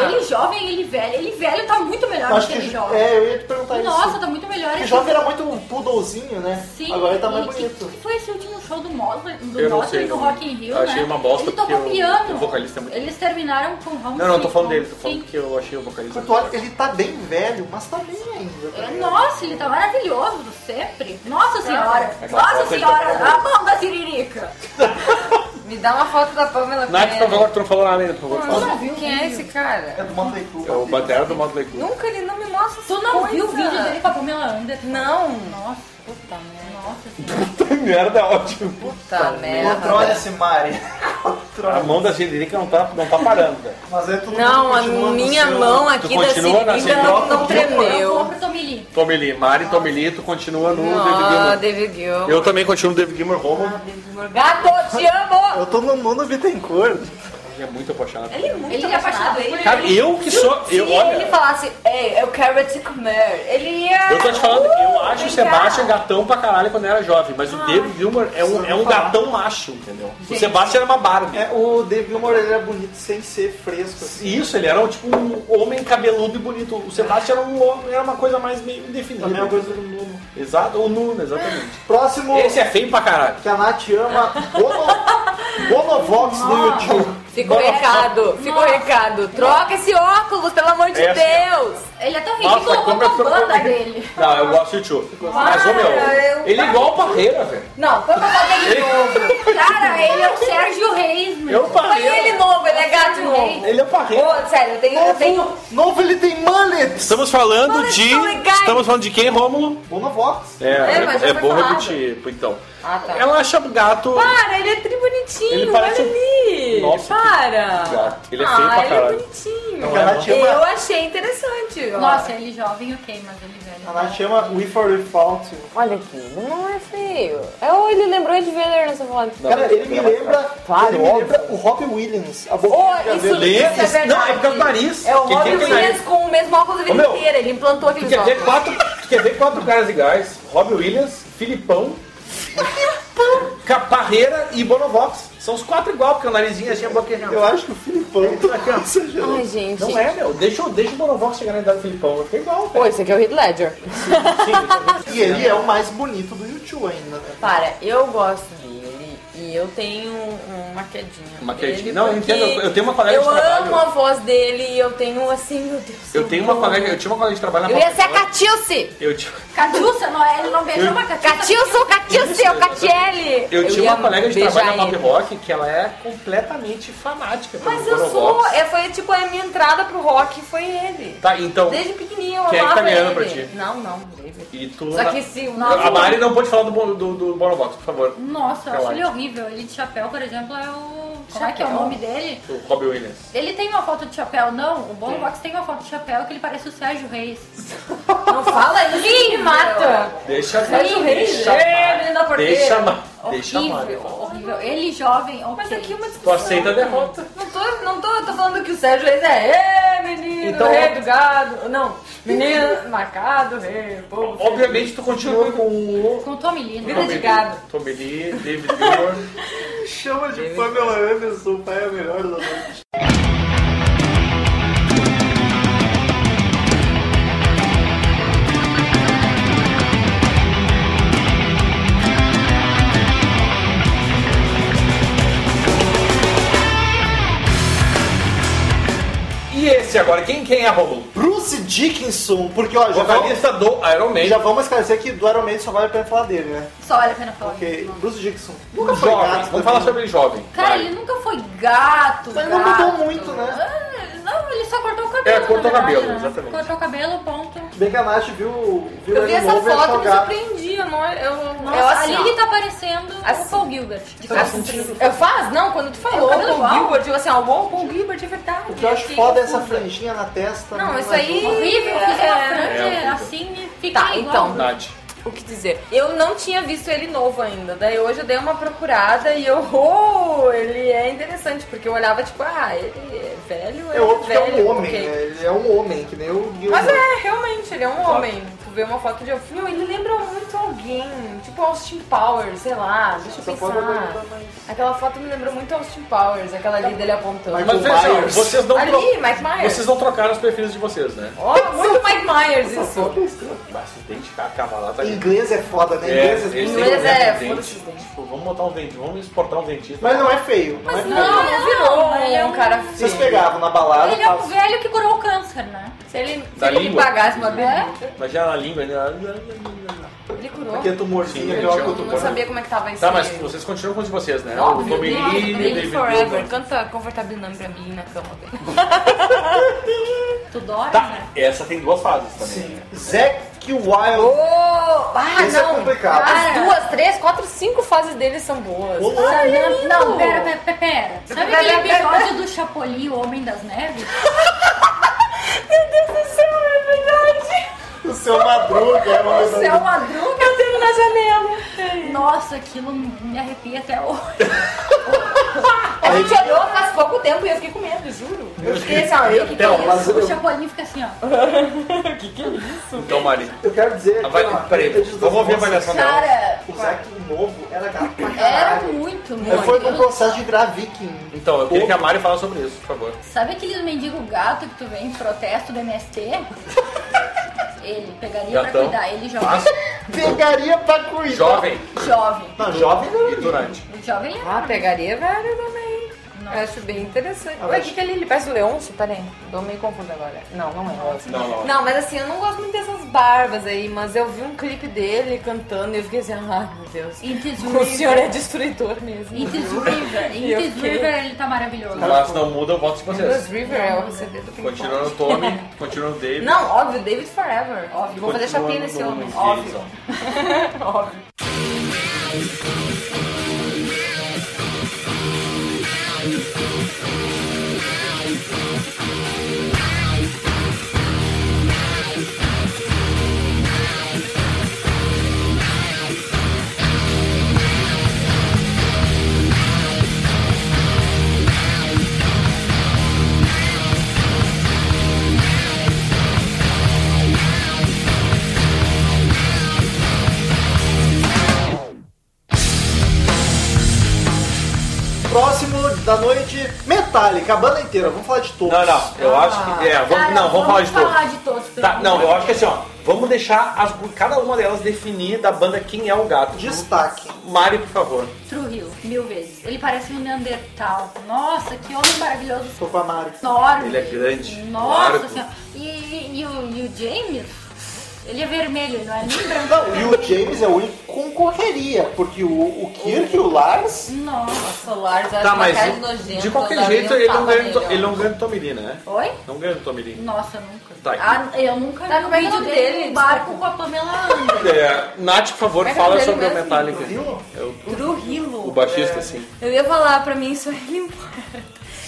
S6: ele jovem, ele velho. Ele velho tá muito melhor do
S3: Acho
S6: que
S3: que,
S6: ele jovem.
S3: é, eu ia te perguntar
S6: Nossa,
S3: isso.
S6: tá muito melhor.
S3: Porque
S6: esse-
S3: jovem era muito um poodlezinho, né?
S6: Sim,
S3: Agora ele tá mais
S6: e que-
S3: bonito.
S6: Que foi esse último show do Mosley, do
S4: Eu não
S6: Mosley
S4: sei,
S6: do
S4: eu
S6: Rock in Rio,
S4: eu achei
S6: né?
S4: uma bosta
S6: Ele tocou
S4: porque o-
S6: piano.
S4: o vocalista é muito-
S6: Eles terminaram com Home
S4: não, não, tô
S6: Sweet
S4: falando
S6: Home.
S4: dele, tô falando
S6: Sim.
S4: que eu achei o vocalista.
S3: Quando tu olha, ele tá bem velho, mas tá bem ainda. tá
S6: É,
S3: ligado?
S6: Nossa, ele tá maravilhoso sempre. Nossa senhora.
S4: Aquela
S6: Nossa
S4: foto é ele
S6: senhora.
S4: tá-
S6: A mão da siririca.
S5: Me dá uma foto da Pamela com
S4: Nath, por
S5: ele.
S4: favor, tu não falou nada ainda, por favor.
S6: Eu
S4: fala.
S6: não vi o
S5: Quem é esse cara?
S3: É do Motley Crue.
S4: É o Batera do Motley Crue.
S5: Nunca ele não me mostra
S6: Tu
S5: essas
S6: não viu o
S5: coisas.
S6: vídeo dele com a Pamela Anderson?
S5: Não.
S6: Nossa, puta merda. Nossa senhora.
S4: Puta merda, ótimo.
S5: Puta merda.
S3: Controle-se, Mari.
S4: A mão da Siririca não tá, não tá parando, cara.
S3: Mas é tudo
S5: Não,
S3: que
S5: a
S3: continua no
S5: minha
S3: seu-
S5: mão
S4: tu
S5: aqui da
S4: continua na
S5: seringa
S4: seringa?
S5: não, não
S6: Eu vou
S5: tremeu.
S6: pro Tomili.
S4: Tomeli, Mari, Tomeli, tu continua no David
S5: Ah,
S4: Gilmour.
S5: David Gilmour.
S4: Eu também continuo no David Gilmour Roma.
S5: Gato, te amo!
S3: Eu tô no mundo Bittencourt.
S4: Ele é muito apaixonado.
S5: Ele é muito
S6: Ele é apaixonado por ele.
S4: Cara, eu que sou.
S5: Se
S4: Eu,
S5: ele
S4: olha,
S5: falasse, ei, eu quero te comer, ele ia...
S4: eu tô te falando, eu acho o
S5: vem cá.
S4: Sebastian gatão pra caralho quando era jovem, mas o
S5: Ah,
S4: David Gilmour é um, é um gatão macho, entendeu? O Sebastian era uma Barbie.
S3: É, o David Gilmour, ele era bonito sem ser fresco. assim.
S4: Isso, ele era tipo um homem cabeludo e bonito. O Sebastian era, um, homem- era uma coisa mais meio indefinida.
S3: A
S5: é
S3: mesma coisa do Nuno.
S5: um-
S4: Exato, o Nuno, exatamente.
S3: Próximo,
S4: Esse é feio pra caralho.
S3: que a Nath ama, Bono, Bonovox do YouTube.
S5: Ficou recado, ficou
S6: Nossa.
S5: recado. Troca esse óculos, pelo amor de
S4: Essa.
S5: Deus!
S6: Ele é tão
S4: Nossa,
S6: ridículo
S4: como eu
S6: quanto
S4: tô
S6: a banda
S4: comigo.
S6: dele.
S4: Não, eu gosto de Tio. Mas, ô meu,
S5: eu-
S4: ele é igual o Parreira, velho.
S5: Não, foi pra fazer ele novo.
S6: Cara, ele é o Sérgio Reis, meu.
S4: Eu
S5: Foi
S4: Parreira.
S5: um ele novo, ele é gato novo.
S4: Ele é o Parreira.
S5: Ô, sério, eu tenho... Eu tenho...
S3: Novo, novo, ele tem mullet.
S4: Estamos falando
S5: Olha,
S4: de.
S5: são legais.
S4: Estamos falando de quem, Rômulo?
S3: Bonovox.
S4: É,
S5: É, mas já
S4: é, é
S5: foi
S4: bom
S5: falado.
S4: repetir, pô, então.
S5: Ah, tá.
S4: Ela acha o gato.
S5: Para, ele é tri bonitinho,
S4: Ele parece um-
S5: olha ali.
S4: Nossa, que
S5: Para.
S4: gato. Ele é feio
S5: ah,
S4: pra
S5: ele é
S4: caralho.
S5: bonitinho. novinho.
S3: Então, ela tinha uma-
S5: Eu achei interessante. ó.
S6: Nossa, ele é jovem, ok, mas ele é velho.
S3: A Nath chama We For Without You.
S10: Olha aqui, não é feio. É, ou ele lembrou de Vader nessa foto.
S4: Não,
S3: Cara, ele
S4: é
S3: me
S4: bacana.
S3: lembra.
S10: Claro,
S3: ele me
S10: óbvio.
S3: lembra o Robbie Williams. A boca
S10: Oh,
S3: de
S10: isso-
S3: cabelo.
S4: Lê-
S10: Isso é verdade.
S4: Não, é por causa do nariz.
S10: É o
S4: Que- que-
S10: Robin
S4: que-
S10: Williams com o mesmo óculos a vida
S4: Ô, meu,
S10: inteira. Ele implantou
S4: Tu
S10: aquele
S4: quer ver
S10: óculos.
S4: quatro, tu quer ver quatro caras iguais? Robbie Williams, Filipão, Ca- Parreira e Bonovox. São os quatro igual, porque o narizinho assim, a boquinha.
S3: Eu acho que o Filipão tá
S4: Aqui, ó.
S3: exagerando.
S10: Ai, gente.
S4: Não é, meu. Deixa, eu- deixa o Bonovox chegar na idade do Filipão. Fica igual,
S10: Pô,
S4: velho.
S10: esse aqui é o Heath Ledger.
S3: E ele é o mais bonito do YouTube ainda, né?
S5: Para, eu gosto dele e eu tenho uma quedinha.
S4: Uma
S5: por
S4: quedinha.
S5: ele,
S4: Não, eu
S5: porque
S4: entendo, eu tenho uma colega
S5: Eu
S4: de trabalho.
S5: amo a voz dele e eu tenho assim, meu Deus.
S4: Eu tenho uma colega, eu tinha uma colega de trabalho na
S10: Eu ia ser a
S4: Paulista.
S10: Catilce.
S4: Eu tinha,
S6: Catiúça, não, ele não beijou uma
S10: Catilce ou Catilce? É o Catiele.
S4: eu
S5: Eu
S4: tinha
S5: ia
S4: uma colega de
S5: beijar
S4: trabalho na
S5: ele.
S4: Pop Rock que ela é completamente fanática pelo
S5: Mas eu sou,
S4: Bonovox.
S5: é, foi tipo a minha entrada pro rock foi ele.
S4: Tá, então.
S5: Desde pequenininho eu
S4: Quem é que tá
S5: amava
S4: ganhando
S5: ele.
S4: pra ti?
S5: Não, não, David.
S4: E tu,
S5: Só que se o
S4: A
S5: nosso
S4: Mari não pode falar do, Bon- do, do Bonovox, por favor.
S6: Nossa, eu
S4: Relaxa.
S6: acho ele horrível. Ele de chapéu, por exemplo, é o. Como é que é o
S5: Chapéu.
S6: nome dele?
S4: O Robbie Williams.
S6: Ele tem uma foto de chapéu, não? O Bonovox tem uma foto de chapéu que ele parece o Sérgio Reis.
S5: não fala isso, ele me mata.
S4: Deixa a Mari.
S5: Sérgio Reis,
S4: Deixa a
S5: é,
S4: Mari.
S5: menino da porteira.
S4: Deixa a Mari.
S5: é
S4: Deixa a Mari.
S6: Horrível, horrível. Ele jovem, ok.
S5: Mas aqui é uma
S4: Tu
S5: discussão.
S4: aceita a derrota.
S5: Não tô, não tô, eu tô falando que o Sérgio Reis é, "Ê, menino,
S4: Então-
S5: rei do gado. Não, menino, marcado, rei, povo.
S4: Obviamente tu continua com o.
S6: Com o Tommy Lee, né?
S5: Vida de gado.
S4: Tommy Lee, David Gilmour.
S3: Chama de Pamela Anderson, o pai é o melhor da noite.
S4: E esse agora, quem, quem é Romulo?
S3: Bruce Dickinson, porque ó, já vamos,
S4: Vocalista do Iron Man.
S3: já vamos esclarecer que do Iron Man só vale a pena falar dele, né?
S6: Só vale a pena falar.
S3: Porque
S6: disso, não.
S3: Bruce Dickinson um nunca
S4: Jovem.
S3: foi né? gato.
S4: Vamos
S3: também.
S4: falar sobre ele jovem.
S6: Cara,
S4: Vai.
S6: ele nunca foi gato.
S3: Mas não
S6: gato.
S3: mudou muito, né?
S6: Ah, Não, ele só cortou o cabelo.
S4: É, cortou
S6: na
S4: o
S6: verdade,
S4: cabelo,
S6: né?
S4: exatamente.
S6: Cortou o cabelo, ponto.
S3: Bem que a Nath viu, viu
S5: Eu vi
S3: ele tá
S5: essa
S3: novo e achou
S5: foto e me
S3: gato.
S5: surpreendi, eu não. Eu,
S6: Nossa,
S5: eu
S6: ali
S5: assim, ó.
S6: ele tá parecendo
S5: Assim.
S6: o Paul Gilbert. De
S3: Então,
S5: Assim,
S3: tipo,
S5: eu faz? Não, quando tu falou
S6: É o cabelo
S5: Paul
S6: igual.
S5: Gilbert, eu assim, ó, bom, Paul Gilbert é verdade.
S3: O que eu acho
S5: Assim,
S3: foda é essa
S5: confusa.
S3: franjinha na testa.
S5: Não,
S3: né?
S5: isso aí-
S6: Horrível, fiz uma
S5: É.
S6: franja
S4: É,
S6: assim e fica
S5: Tá,
S6: igual.
S5: então.
S4: Nath.
S5: O que dizer? Eu não tinha visto ele novo ainda, daí hoje eu dei uma procurada e eu, oh, ele é interessante, porque eu olhava tipo, ah, ele é velho,
S3: É outro que é
S5: velho,
S3: um homem,
S5: ok.
S3: né? Ele é um homem, que nem o né? Gilmore.
S5: Mas é, realmente, ele é um homem. Tu vê uma foto de. Meu, ele lembra muito alguém. Tipo Austin Powers, sei lá. Deixa eu
S3: Essa
S5: pensar.
S3: foto é
S4: é
S3: eu lembro também.
S5: Aquela foto me lembrou muito Austin Powers, aquela ali dele apontando.
S3: Mas
S4: Mas veja,
S3: Myers.
S4: vocês não,
S5: é ali,
S4: tro-
S5: Mike Myers.
S4: vocês não trocaram os perfis de vocês, né?
S5: Ó, muito Mike Myers isso.
S4: Mas se tem que cava lá, tá
S3: Em Inglês é foda, né? Em Inglês é,
S4: eles têm
S5: Inglês
S4: que
S5: é,
S4: botar um
S5: foda-se
S4: dente.
S5: os dentes.
S4: Tipo, vamos botar um dente, vamos exportar um dentista.
S3: Mas não é feio. Não é feio.
S5: Não,
S6: Não,
S5: não virou
S6: ele é
S5: um
S6: um-
S5: cara
S3: Vocês
S5: feio.
S3: pegavam na balada.
S6: Ele é um
S3: falavam-
S6: velho que curou o câncer, né?
S5: Se ele, se
S4: Da
S5: ele
S4: língua.
S5: pagasse uma bebida,
S4: Imagina na língua, né?
S5: ele curou.
S3: Aqui é tumorzinho,
S4: Sim, um
S3: aqui é uma
S4: gente, eu
S5: Eu
S3: cotovela.
S5: não sabia como é que tava isso.
S4: Tá, mas vocês continuam com os de vocês, né?
S5: Óbvio,
S4: o Tommy
S5: Live-
S4: Lee,
S5: Live
S4: David
S5: Forever.
S4: Gilmour.
S5: Canta confortável Numb pra mim na cama dele.
S6: Tu dói,
S4: Tá,
S6: né?
S4: essa tem duas fases também. né?
S3: Sim. Zack Wild.
S5: Oh, ah,
S3: Esse é
S5: não.
S3: complicado.
S5: As duas, três, quatro, cinco fases dele são boas.
S3: Ô, louco.
S5: Sabe?
S6: Não, pera, pera, pera, pera. Sabe
S5: Pera,
S6: aquele
S5: pera, pera.
S6: episódio do Chapolin, o Homem das Neves?
S5: Meu Deus do céu, é verdade.
S3: O seu Madruga. é uma
S5: O céu madruga eu tenho na janela.
S6: Nossa, aquilo me arrepia até hoje.
S5: A gente olhou faz pouco tempo e eu fiquei com medo, juro. Eu fiquei assim, ó, eu que
S4: Então,
S5: conheço.
S3: mas
S6: O
S3: eu,
S6: Chapolin fica assim, ó.
S4: Então, Mari,
S3: eu quero dizer que...
S4: avalia-
S3: ó,
S4: peraí,
S3: antes das
S4: vamos ouvir a
S3: moças,
S4: avaliação dela.
S6: Cara,
S3: O Zack novo era gato pra
S6: era
S3: caralho.
S6: muito,
S3: Ele
S4: É,
S6: muito.
S3: Foi num processo de virar viking.
S4: Então, eu queria que a Mari falasse sobre isso, por favor.
S6: Sabe aqueles mendigo gato que tu vê em protesto do MST? Ele pegaria pra
S4: Gatão.
S6: cuidar, ele jovem.
S4: Fácil,
S3: Pegaria pra cuidar.
S4: jovem
S6: Jovem.
S3: Não, jovem não.
S4: e durante.
S6: O jovem é.
S5: Ah, pegaria velho também. Eu acho bem interessante. Ué, o que, que é ele? Ele parece o Leôncio? Peraí, tô meio confusa agora. Não, não é. Leôncio.
S4: Não, não.
S5: Não, mas assim, eu não gosto muito dessas barbas aí, mas eu vi um clipe dele cantando e eu fiquei assim, ah, meu Deus.
S6: It is
S5: O senhor é
S6: River.
S5: destruidor mesmo.
S6: It is River.
S5: Eu
S6: It is
S5: fiquei-
S6: River, ele tá maravilhoso.
S4: Mas não muda, eu voto de
S5: Bruce
S4: vocês.
S5: River é o CD do Pink
S4: Continua
S5: Floyd.
S4: no Tommy, continua no David.
S5: Não, óbvio, David Forever. Óbvio. Vou fazer
S4: continua
S5: chapinha
S4: no-
S5: nesse
S4: no-
S5: homem.
S4: nos gays,
S5: Óbvio.
S4: ó.
S5: óbvio.
S4: Então,
S3: próximo da noite, Metallica, a banda inteira. Vamos falar de todos.
S4: Não, não, eu
S5: Ah.
S4: acho que. É, vamos,
S6: Cara,
S4: não, vamos, falar de
S6: de todos.
S4: todos. Tá, não, eu acho que assim, ó. Vamos deixar as- cada uma delas definir da banda quem é o gato.
S3: Destaque.
S4: Mário, por favor.
S6: Trujillo, mil vezes. Ele parece um Neandertal. Nossa, que homem maravilhoso.
S3: Tô com a Mari.
S6: Enorme.
S4: Ele é grande,
S6: Nossa
S4: largo.
S6: senhora. E, e- e o, e o James? Ele é vermelho, ele não é nem
S3: Não, e
S6: branco.
S3: o James é o único com correria, porque o, o Kirk e o Lars.
S6: Nossa.
S5: Solar, já
S4: Tá,
S5: tá,
S4: mas
S5: cara de
S4: o-
S5: nojento.
S4: de qualquer
S5: não dá
S4: jeito
S5: nem um
S4: ele não
S5: tapa
S4: ganha,
S5: nele, ó.
S4: do- ele não ganha do Tommy Lee, né?
S6: Oi?
S4: Não ganha do Tommy Lee.
S6: Nossa, nunca.
S4: Tá aqui.
S6: Ah, eu nunca
S5: Tá
S6: vi
S5: no
S6: um
S5: vídeo
S6: vídeo
S5: dele,
S6: dele no barco com a Pamela Anderson.
S4: É, Nath, por favor,
S5: Mas é
S4: fala
S5: dele
S4: sobre o
S5: mesmo, É.
S4: Metallica.
S5: Trujillo.
S4: O baixista, sim.
S5: Eu ia falar, pra mim isso é ele embora.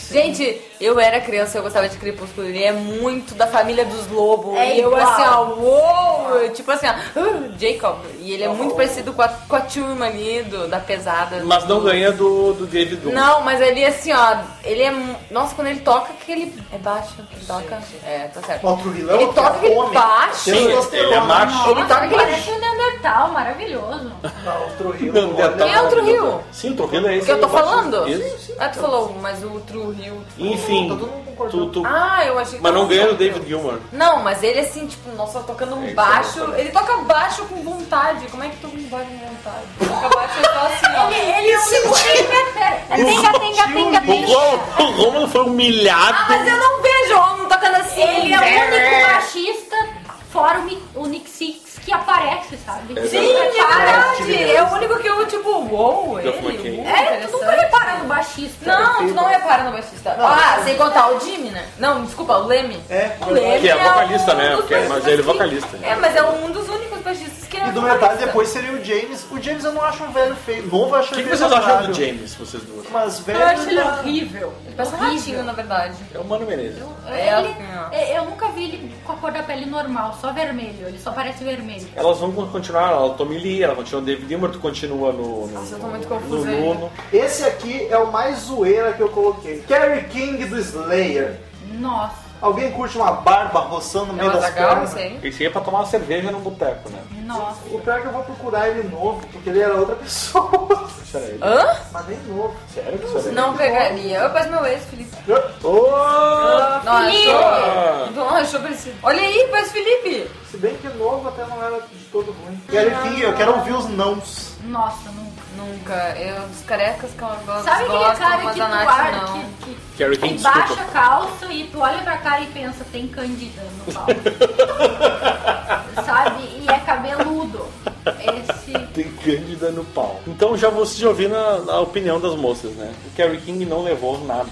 S5: Gente, eu era criança, eu gostava de Crepúsculo, ele é muito da família dos lobos.
S6: É
S5: e eu
S6: igual.
S5: assim, ó, uou! eu, tipo assim, ó, "Ah, Jacob. E ele é muito parecido com a, com a turma ali do, da pesada.
S4: Mas não ganha do, do David Doom.
S5: Não, mas ele assim, ó, ele é. mu- Nossa, quando ele toca, que ele. É baixo, que ele toca. É, tá certo.
S3: Ó, Trujillo é
S5: Ele
S3: outro,
S5: toca
S3: é
S5: aquele
S3: homem.
S5: baixo.
S4: Ele é macho.
S5: Ele tá toca
S6: Nossa,
S5: aquele-
S6: parece um Neandertal, maravilhoso.
S3: Não, o Trujillo.
S4: Neandertal.
S5: Quem é o Trujillo?
S4: Sim, o Trujillo é esse.
S5: Que eu tô
S4: aí, o baixista.
S5: falando?
S4: Isso.
S5: Ah, tu falou, mas o True Hill.
S4: Enfim,
S3: Todo mundo concordou.
S4: tu, tu-
S5: Ah, eu achei que.
S4: mas não
S5: tava
S4: ganha do
S5: certo.
S4: David Gilmour.
S5: Não, mas ele assim, tipo, nossa, tocando um
S4: isso
S5: baixo.
S4: eu não
S5: Ele toca baixo com vontade. Como é que tu com baixo com vontade? Toca baixo e tá assim, ó.
S6: Ele, ele é um É tenga, tenga, tenga,
S4: O
S6: tenga.
S4: Rômulo, o Rômulo foi humilhado.
S5: Ah, mas eu não vejo homem tocando assim.
S6: Ele é o único machista, fora o, Mi- o Nick Six, que aparece, sabe?
S5: Sim, é verdade. É o único que eu, tipo, uou,
S4: Já fumei
S5: ele.
S4: aqui.
S5: uou,
S6: É, tu nunca
S5: interessante.
S6: repara no baixista.
S5: Não, tu não repara no baixista. ah, sem contar o Jimmy, né? Não, desculpa, o Leme.
S3: É,
S5: o Leme.
S4: Que é vocalista,
S5: um
S4: né?
S5: dos
S4: Porque- mas
S5: baixistas
S4: ele é
S5: que-
S4: vocalista.
S5: É, mas é um dos únicos baixistas que é.
S3: E do metade
S5: vocalista.
S3: depois seria o James. O James eu não acho um velho feio. Novo eu acho
S4: O que,
S3: ele
S4: que
S3: meio
S4: vocês acham
S3: otário.
S4: do James, vocês duas?
S3: Mas velho.
S6: Eu acho ele
S3: não.
S6: horrível.
S5: Ele parece um ratinho, na verdade.
S4: É o Mano Menezes.
S5: É,
S6: Ele-
S5: assim, ó.
S6: é, eu nunca vi ele com a cor da pele normal, só vermelho. Ele só parece vermelho.
S4: Elas vão continuar, ela Tommy Lee, ela continua no David Gilmour, tu continua no. no
S5: Nossa, eu tô muito
S4: no-
S5: confusa
S4: No
S5: ainda.
S4: Nuno.
S3: Esse aqui é o mais zoeira que eu coloquei. Kerry King do Slayer.
S6: Nossa,
S3: Alguém curte uma barba roçando no
S5: É
S3: meio
S5: o
S3: das
S5: Azaghal, não
S3: pernas?
S5: sei.
S4: Esse aí é pra tomar uma cerveja num boteco, né?
S6: nossa.
S3: O pior é que eu vou procurar ele novo, porque ele era outra pessoa.
S4: Isso era ele.
S5: Hã?
S3: Mas nem novo.
S4: Sério que isso é? era ele?
S5: Não pegaria. Eu quase meu ex, Felipe.
S4: Ô!
S5: Não achou?
S4: Ah, Felipe!
S5: Não achou parecido. Olha aí, parece Felipe.
S3: Se bem que novo até não era de todo ruim. Kerry King, eu quero ouvir os nãos.
S6: Nossa, nunca.
S5: Nunca. Eu, dos carecas que eu gosto,
S6: Sabe aquele
S5: gosto,
S6: cara
S5: mas
S6: que
S5: a
S6: tu
S5: Nath
S6: ar-
S5: não.
S6: que- que-
S4: Kerry
S6: que
S4: King,
S6: baixa
S4: desculpa.
S6: a calça e tu olha pra cara e pensa, tem candida no pau. Sabe? E é cabeludo. Esse.
S4: Tem Cândida no pau. Então já vocês já ouviram a, a opinião das moças, né? O Kerry King não levou nada.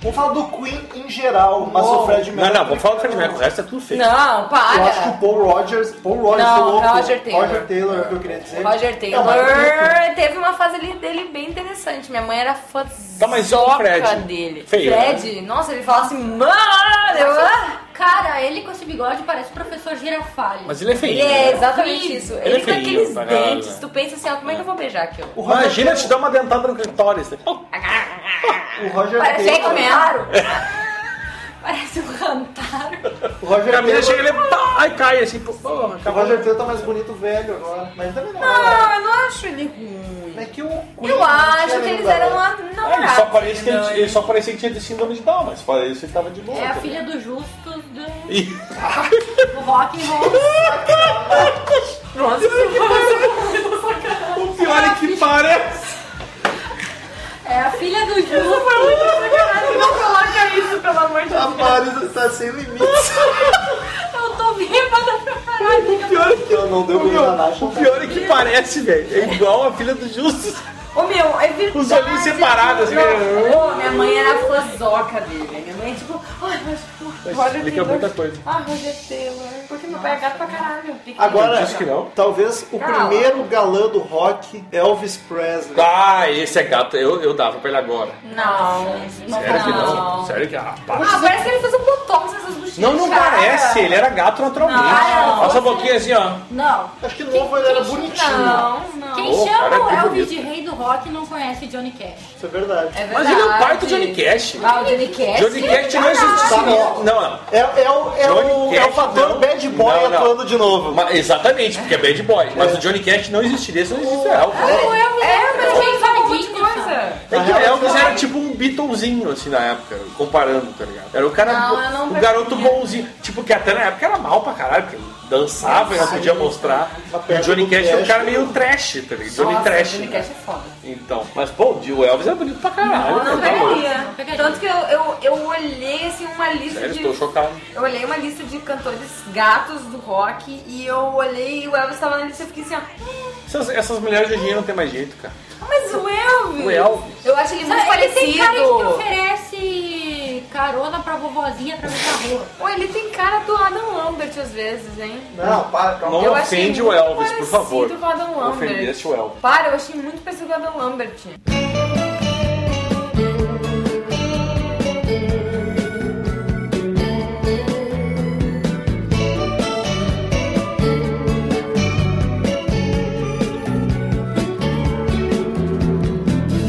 S3: Vamos falar do Queen em geral, mas
S5: Oh.
S3: o Fred
S4: Não,
S3: Mercury.
S4: não, vamos falar do Fred Mercury, o resto é tudo feio.
S5: Não,
S3: Eu acho que o
S5: para.
S3: Paul Rogers. Paul Rogers
S5: Ah, Não,
S3: do louco.
S5: Roger Taylor.
S3: Roger Taylor é o que eu queria dizer.
S5: Roger
S3: É o mais bonito.
S5: Taylor teve uma fase ali dele bem interessante. Minha mãe era fã
S4: Tá, mas e o Fred?
S5: dele.
S4: Feio, né?
S5: Fred, nossa, ele fala assim, mano, eu... ah!"
S6: Cara, ele com esse bigode parece o professor Girafalho.
S4: Mas ele é feio.
S5: Ele é
S4: né?
S5: exatamente isso.
S4: Ele
S5: Ele,
S4: é
S5: tem
S4: feio
S5: aqueles
S4: pra caralho,
S5: dentes,
S4: né?
S5: tu pensa assim, ó, como é que eu vou beijar aquilo?
S3: O Roger
S4: Imagina te
S3: Taylor-
S4: dar uma dentada no clitóris. né? Pau!
S3: O Roger
S5: Parece
S3: Taylor. tá-
S5: que é mesmo.
S6: Parece um
S4: É.
S6: Rantaro.
S3: O Roger
S4: A menina
S3: Taylor.
S4: chega e ele pá, ai, cai assim, pô, porra,
S3: O
S4: acabou.
S3: Roger Taylor tá mais bonito velho agora. Mas também não. era.
S5: Não, eu não acho ele ruim.
S3: É que o Queen
S5: Ah. Eu
S3: não
S5: acho
S3: tinha
S5: que eles
S3: ainda,
S5: eram
S3: né?
S5: lá
S4: Ah, ele, só parecia que ele,
S5: namorados.
S4: ele só parecia que tinha de síndrome de Down, mas fora isso ele tava de boa.
S6: É a
S4: tá
S6: filha do Justo do,
S4: ligado?
S6: do rock and roll.
S4: E o pior é que parece.
S6: É a filha do Justo.
S3: A Paris tá sem limites.
S6: Eu tô bêbada pra caralho.
S4: O pior é que,
S3: que eu não deu
S4: o
S3: ruim
S4: meu,
S3: na Nath.
S4: o pior é que parece, velho. É igual a filha do Justus.
S5: Ô meu, é verdade.
S4: Os olhinhos separados, assim, né?
S5: Não, Ô, minha mãe era fãzoca dele. Minha mãe, tipo, ai, mas
S4: Mas
S5: pô, Roger
S4: explica
S5: Taylor.
S4: muita coisa.
S5: Ah, Roger Taylor. Porque meu pai é gato pra caralho. Fica-
S3: Agora,
S4: Eu disse que não.
S3: talvez o
S5: Cala.
S3: primeiro galã do rock, Elvis Presley.
S4: Ah, esse é gato. Eu, eu dava pra ele agora.
S5: Não.
S4: Sério que
S5: não.
S4: não? Sério que ah, pá.
S5: Ah, parece que ele fez um botox nessa os buchinhos.
S4: Não, não
S5: Cara,
S4: parece, ele era gato naturalmente.
S5: Não.
S4: Olha essa boquinha assim, ó.
S6: Não.
S3: Acho que novo ele era bonitinho.
S5: Não, não.
S6: Quem
S4: Ô,
S6: chama
S4: cara,
S6: o
S4: que
S6: Elvis
S4: bonito.
S6: de rei do rock não conhece Johnny Cash.
S3: Isso é verdade.
S5: É
S4: Mas ele é o pai do
S5: verdade.
S4: Johnny Cash.
S5: Ah, o Johnny Cash?
S4: Johnny
S5: é
S4: Cash não existe. Não,
S3: Caralho.
S4: não.
S3: É, é o, é o,
S4: Johnny
S3: é o
S4: Cash,
S3: fator
S4: não.
S3: bad boy
S4: Não, não.
S3: atuando de novo.
S4: Mas- exatamente, porque é bad boy. Mas o Johnny Cash não existiria se não existisse o Elvis.
S6: O Elvis
S5: É, mas ele faz um
S6: invadido,
S5: monte de coisa.
S4: É que o Elvis era tipo um Beatlezinho, assim, na época, comparando, tá ligado? Era o cara,
S5: Não, eu não
S4: o garoto
S5: percebia.
S4: bonzinho. Tipo, que até na época era mal pra caralho, porque ele dançava e não podia mostrar. E o Johnny Cash é um
S3: né?
S4: cara meio trash, tá ligado? Johnny
S5: Nossa,
S4: Trash.
S5: Johnny
S4: né?
S5: Cash é foda.
S4: Então, mas pô, o Elvis é bonito pra caralho.
S5: Eu
S4: né?
S5: não
S4: Tá louco.
S5: pegaria.
S6: Não pegaria.
S5: Tanto que eu, eu, eu olhei assim uma lista
S4: Sério,
S5: de.
S4: estou chocado.
S5: Eu olhei uma lista de cantores gatos do rock e eu olhei e o Elvis tava na lista e eu fiquei assim, ó.
S4: Essas, essas mulheres de hoje em dia não tem mais jeito, cara.
S5: "Ah, Mas o Elvis!
S4: O Elvis.
S5: Eu acho ele muito
S6: Sabe, Ele
S5: parecido.
S6: tem cara de que oferece carona pra vovozinha através da rua.
S5: Ou ele tem cara do Adam Lambert às vezes, hein?
S3: Não, para, calma.
S4: Não
S5: Eu achei
S4: ofende o
S5: muito
S4: Elvis, por favor.
S5: parecido com o Adam Lambert.
S4: Ofendesse o Elvis.
S5: Para, eu achei muito parecido com o Adam Lambert.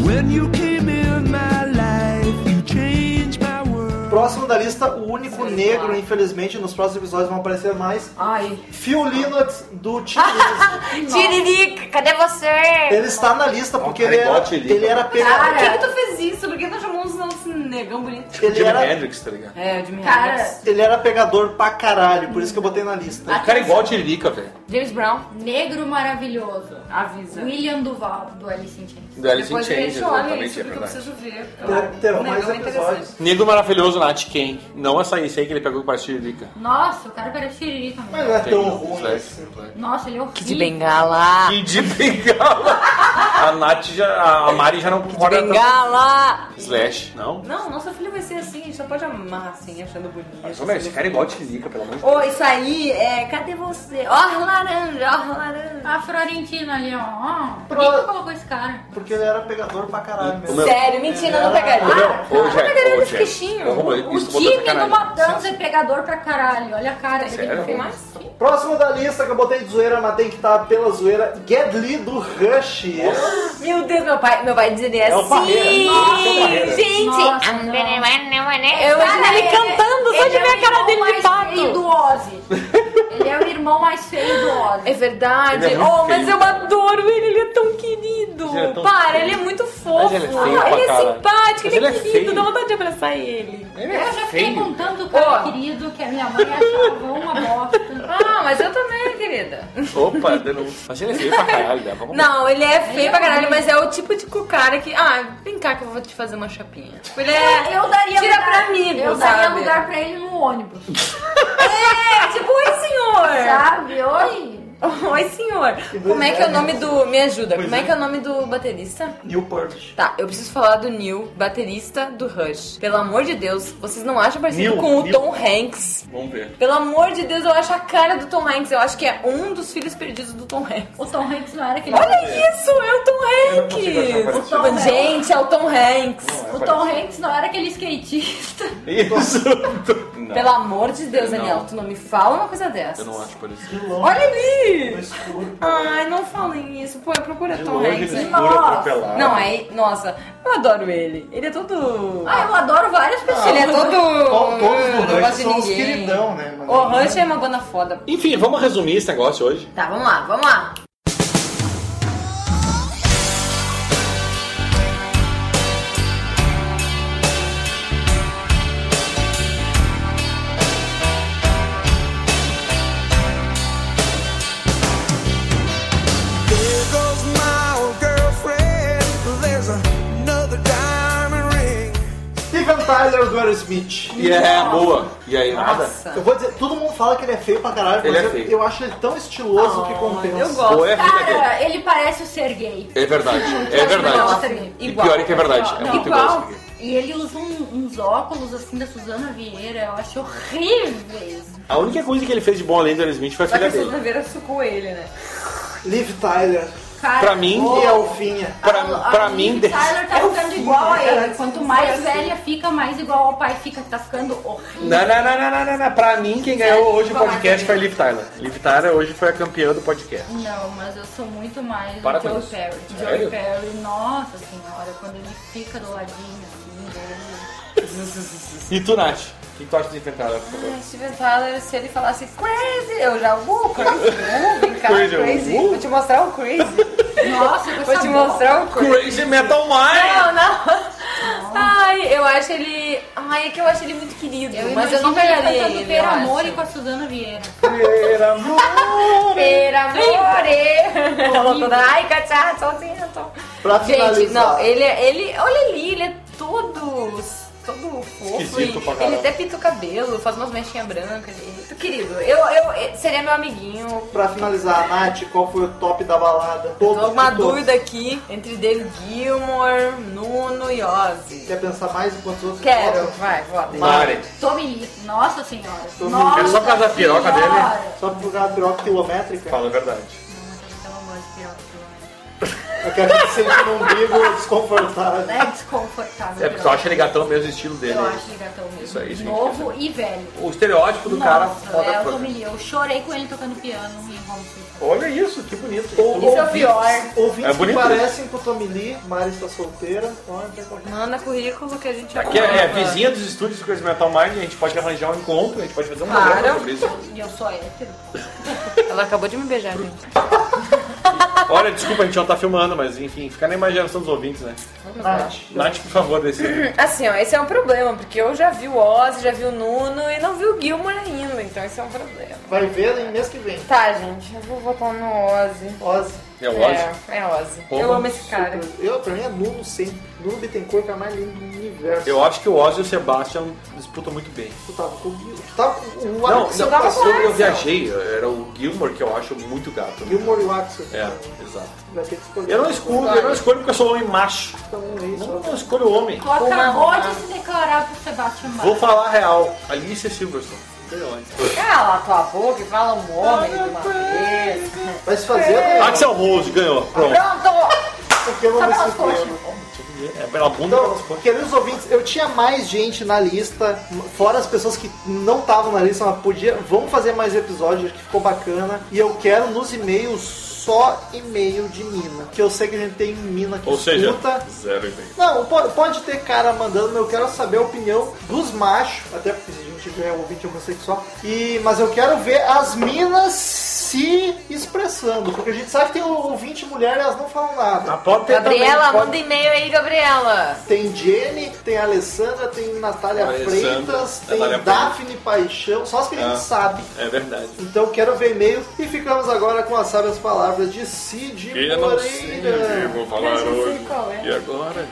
S9: When you came in my life, you changed my world.
S3: Próximo da lista, o único negro, infelizmente, nos próximos episódios vão aparecer mais.
S5: Ai.
S3: Phil Linux do Tiririca.
S5: Tiririca, cadê você?
S3: Ele está na lista porque ele
S4: Caricó
S3: era,
S4: Tiririca.
S3: ele era
S5: Cara,
S3: pena-
S5: por que, que tu fez isso? Por que tu chamou um esse negão bonito?
S3: ele
S4: Jimi
S3: era,
S4: Hendrix, tá ligado?
S5: É, o Jimmy
S6: Cara,
S5: Hendrix.
S3: ele era pegador pra caralho, por isso que eu botei na lista.
S4: O cara é igual a Tiririca, velho.
S5: James Brown,
S6: Negro maravilhoso.
S5: avisa.
S6: William Duval, do Alice in Chains.
S4: Do Alice in
S5: Depois a
S4: Chains,
S5: gente olha
S4: exatamente,
S5: isso,
S4: é
S5: porque eu
S4: verdade.
S5: preciso ver.
S3: Terão- Terão
S5: O
S3: mais
S5: negão é
S3: episódios.
S5: interessante.
S4: Negro maravilhoso, Nath Ken. Não essa aí, sei que ele pegou com a Tiririca.
S6: Nossa, o cara parece Siriri também.
S3: Mas não é
S4: Tem
S3: tão
S4: um
S3: ruim
S4: Slash,
S3: assim.
S4: Slash.
S6: Nossa, ele é horrível.
S10: De bengala!
S4: E de bengala. A Nath já. A Mari já não concorda tanto.
S10: Bengala!
S4: Slash, não?
S5: Não, nossa filha vai ser assim, a gente só pode amar assim, achando bonito. assim.
S4: Mas, ô, meu, esse cara é igual a Tiririca, pelo amor de Deus.
S5: Ô, isso aí é. Cadê você? Ó, laranja, ó, laranja.
S6: A Florentina ali, ó. Por que
S3: Pro-
S6: que colocou esse cara?
S3: Porque ele era pegador pra caralho mesmo.
S4: meu-
S5: Sério, mentira, eu não
S4: Ô,
S5: pegaria.
S4: meu, é, ô,
S5: não pegaria
S4: Jack, ô,
S5: desse
S4: Jack.
S5: peixinho.
S4: Ô, Romulo,
S6: O
S4: isso tu botou
S6: time do
S4: sacanagem.
S6: Matanza é pegador pra caralho. Olha a cara dele.
S4: Sério?
S6: Tem mais?
S3: Próximo da lista que eu botei de zoeira, mas tem que estar pela zoeira. Gedli do Rush.
S5: Meu Deus, meu pai, meu pai diria
S4: É o Parreira,
S5: assim.
S4: esse é o Parreira.
S5: gente, ah,
S6: Nossa,
S5: I'm
S6: não.
S5: gonna win, I'm gonna win. eu imagino é, ele cantando, só de ver a cara dele de
S6: Ele é o irmão mais feio
S5: pato.
S6: do Ozzy. Ele é o irmão mais feio do Ozzy.
S5: É verdade.
S4: Ele é muito
S5: oh, mas
S4: feio,
S5: eu
S4: cara.
S5: adoro ele, ele é tão querido.
S4: Ele é tão
S5: Para,
S4: feio.
S5: ele é muito fofo.
S4: ele é feio
S5: Ah,
S4: pra
S5: ele é
S4: caralho.
S5: simpático,
S4: Mas
S5: ele é
S4: ele é
S5: querido.
S4: feio.
S5: Dá vontade de abraçar ele.
S4: Ele
S6: Eu
S4: é
S6: já fiquei com
S4: feio.
S6: tanto cara
S5: Ó.
S6: querido que a minha mãe achava uma bosta.
S5: Ah, mas eu também, querida.
S4: Opa, denúncia. Mas ele é feio pra caralho, né? Vamos
S5: Não, ele é feio
S6: Ele é
S5: pra caralho,
S6: ruim.
S5: mas é o tipo de cara que. Ah, vem cá que eu vou te fazer uma chapinha. Tipo, ele é.
S6: Eu daria
S5: Tira
S6: lugar,
S5: pra amigo,
S6: Eu daria
S5: sabe?
S6: lugar pra ele no ônibus.
S5: É, tipo, oi
S6: É.
S5: senhor!
S6: Sabe? Oi.
S5: Oi senhor! Como é que é o nome do. Me ajuda, como é
S3: é.
S5: que é o nome do baterista?
S3: Newport.
S5: Tá, eu preciso falar do Neil, baterista do Rush. Pelo amor de Deus, vocês não acham parecido
S4: Neil,
S5: com o
S4: Neil.
S5: Tom Hanks?
S4: Vamos ver.
S5: Pelo amor de Deus, eu acho a cara do Tom Hanks. Eu acho que é um dos filhos perdidos do Tom Hanks.
S6: O Tom Hanks não era aquele.
S5: Olha isso, é
S4: Eu
S5: o
S4: não consigo achar parecido.
S5: Tom Hanks!
S6: O Tom
S5: Gente, é o Tom Hanks!
S6: O Tom Hanks não era aquele skatista.
S4: Isso. Não,
S5: Pelo amor de Deus,
S4: Tá. Não.
S5: Daniel, tu não me fala uma coisa dessa.
S4: eu não acho parecido.
S5: Olha ali!
S3: escuro.
S5: Ai, não falem isso. Pô, procura Tom
S4: Longe
S5: Hanks.
S4: ele
S5: né?
S4: escuro,
S6: Nossa.
S4: atropelado.
S5: Não, é. Nossa, eu adoro ele. Ele é todo.
S6: Ah, eu adoro várias pessoas.
S5: ele é todo.
S3: Todos do
S5: não
S3: Rush
S5: gosta de
S3: são os
S5: ninguém.
S3: queridão, né? Mas-
S5: O Rush é uma banda foda.
S4: Enfim, vamos resumir esse negócio hoje.
S5: Tá, vamos lá, vamos lá.
S9: There goes my old girlfriend. There's another diamond ring.
S3: Steven Tyler do Aerosmith.
S4: E é boa. E aí, nada?
S5: Nossa.
S3: Eu vou dizer, todo mundo fala que ele é feio pra caralho,
S4: Ele
S3: mas
S4: é
S3: eu,
S4: feio.
S3: eu acho ele tão estiloso que compensa.
S5: Ah, Eu gosto.
S4: Boa é a vida dele.
S6: Cara, ele parece o Sergei.
S4: É verdade, é
S6: Não,
S4: verdade.
S6: Sergei.
S4: E
S5: Igual.
S4: pior é que é verdade. É
S6: Não,
S4: muito
S5: igual.
S4: igual. isso aqui.
S6: E ele usa um- uns óculos assim da Suzana Vieira, eu acho horríveis.
S4: A única coisa que ele fez de bom além do Aerosmith foi a
S5: Só que
S4: filha
S5: a
S4: dele.
S5: Suzana Vieira sucou ele, né?
S3: Liv Tyler.
S6: Cara,
S4: Pra mim,
S3: E Alfinha.
S4: pra,
S6: a- a
S4: pra
S6: Liv
S4: mim, é
S6: Tyler tá
S5: Eu
S6: ficando
S5: fui
S6: igual a
S5: ela,
S6: ele. Quanto
S5: foi
S6: mais
S5: assim.
S6: velha fica, mais igual ao pai fica, que tá ficando horrível.
S4: Não, não, não, não, não, não, não. Pra mim, quem ganhou hoje o
S5: Vamos lá,
S4: podcast
S5: Gabriel.
S4: foi a Liv Tyler. Liv Tyler hoje foi a campeã do podcast.
S6: Não, mas eu sou muito mais
S4: Para
S6: do
S4: com
S6: Joe
S4: isso.
S6: Perry.
S4: Sério?
S6: Joe Perry, nossa senhora, quando ele fica do ladinho assim, dele.
S4: E tu, Nath? O que tu acha de enfrentar ela?
S5: Ai, Steven Tyler, se ele falasse crazy, eu já vou, crazy, uh, vem cá,
S4: Crazy,
S5: crazy,
S4: uh.
S5: vou te mostrar o crazy,
S6: Nossa, com
S5: vou
S6: essa
S5: te
S6: boca.
S5: mostrar o crazy.
S4: Crazy Metal Mind!
S5: Não, não. Ai, eu acho ele. Ai, é que eu acho ele muito querido,
S6: Eu
S5: mas eu não
S6: imagino ele
S5: pegaria
S6: cantando
S5: ele.
S6: Ter
S5: eu
S6: Amor
S5: acho.
S6: e com a Suzana Vieira.
S4: Primeiro amor.
S5: Per amore! Ela toda, ai, cachá, sozinha, tô.
S3: Pra
S5: Gente,
S3: finalizar.
S5: não, ele, é- ele, olha ali, ele é todo, todo fofo.
S4: Esquisito pra
S5: E,
S4: caralho.
S5: ele até pinta o cabelo, faz umas mechinhas brancas. Ele, é muito querido. Eu, eu, seria meu amiguinho.
S3: Pra finalizar, Nath, qual foi o top da balada?
S5: Tô
S3: Todos
S5: com uma
S3: de todos.
S5: dúvida aqui entre David Gilmore, Nuno e Ozzy.
S3: Quer pensar mais enquanto os outros é
S5: Quero,
S3: votam?
S5: vai, vota.
S4: Mare.
S6: Tommy Lee, nossa senhora.
S3: Tommy Lee.
S6: nossa
S4: Eu É só por causa da piroca dele.
S6: senhora.
S3: Só por causa da piroca quilométrica.
S4: Fala a verdade.
S6: Então, eu gosto de piroca pelo
S3: É que a gente sente um umbigo desconfortável.
S6: menos. É desconfortável.
S4: É porque tu acha ele gatão mesmo, o estilo dele.
S6: Eu acho ele gatão mesmo.
S4: Isso aí, isso aí.
S6: Novo e velho.
S4: O estereótipo do cara
S6: Nossa,
S4: foda
S6: é o
S4: foda.
S6: Tommy Lee. Eu chorei com ele tocando piano em Home Sweet
S4: Olha isso, que bonito.
S5: Isso é o pior.
S3: Ouvintes
S4: É
S3: que
S4: bonito.
S3: parecem com o Tommy Lee, Mari está solteira. Olha, tem qualquer-
S5: Manda currículo que a gente
S4: Aqui é, é
S5: aprova.
S4: vizinha dos estúdios do Crazy Metal Mind, a gente pode arranjar um encontro, a gente pode fazer um
S5: Claro.
S4: programa sobre isso.
S6: Home. E eu sou hétero.
S5: Ela acabou de me beijar, gente.
S4: Olha, desculpa, a gente não tá filmando, mas enfim, fica na imaginação dos ouvintes, né?
S3: Nath.
S4: Nath, por favor, desse.
S5: Assim, ó, esse é um problema, porque eu já vi o Ozzy, já vi o Nuno e não vi o Gilmore ainda, então esse é um problema.
S3: Vai ver em mês que vem.
S5: Tá, gente, eu vou votar no Ozzy.
S3: Ozzy.
S4: É o Ozzy?
S5: É, é Ozzy.
S4: Porra.
S5: Eu amo esse cara.
S3: Eu, pra mim é Nuno sempre. Nuno Bittencourt que é a mais linda do universo.
S4: Eu acho que o Ozzy e o Sebastian disputam muito bem.
S3: Tu tava comigo. Tu tava com o
S4: Não,
S3: Axel.
S4: não,
S5: tava
S4: passou,
S5: com o
S4: eu
S5: Axl.
S4: viajei, era o Gilmore que eu acho muito gato.
S3: Gilmore e o Axel.
S4: É, exato.
S3: Vai ter que escolher.
S4: Eu não escolho, eu não escolho porque eu sou um homem macho.
S3: Então, é isso.
S4: Eu não escolho homem.
S6: Tu acabou
S4: né?
S6: de se declarar pro Sebastian Bach.
S4: Vou falar a real. Alice Silverstone. Melhor.
S5: Cala tua boca e fala um homem de uma vez.
S3: Vai se fazer, né?
S4: Axel Rose ganhou. Pronto.
S5: Pronto!
S3: Porque eu não me surpreendo.
S5: um
S4: É pela bunda.
S3: Então, queridos ouvintes, eu tinha mais gente na lista, fora as pessoas que não estavam na lista, mas podia. Vamos fazer mais episódios, acho que ficou bacana. E eu quero nos e-mails só e-mail de mina. Que eu sei que a gente tem mina que
S4: Ou seja,
S3: escuta.
S4: zero e meio.
S3: Não, po- pode ter cara mandando, mas eu quero saber a opinião dos machos, até porque se a gente tiver um ouvinte homossexual. E, mas eu quero ver as minas se expressando, porque a gente sabe que tem ouvinte mulher e elas não falam nada.
S4: Ah, pode ter
S5: Gabriela,
S4: também, pode-
S5: manda e-mail aí, Gabriela.
S3: Tem Jenny, tem Alessandra, tem Natália
S4: Alessandra,
S3: Freitas, tem
S4: Natália
S3: Daphne Paixão, só as que a gente
S4: Ah.
S3: sabe.
S4: É verdade.
S3: Então quero ver e-mail e ficamos agora com as sábias palavras de Cid
S4: Eu não sei o que eu
S3: Moreira.
S4: vou falar
S6: Eu já sei
S4: hoje.
S6: qual é.
S4: E agora?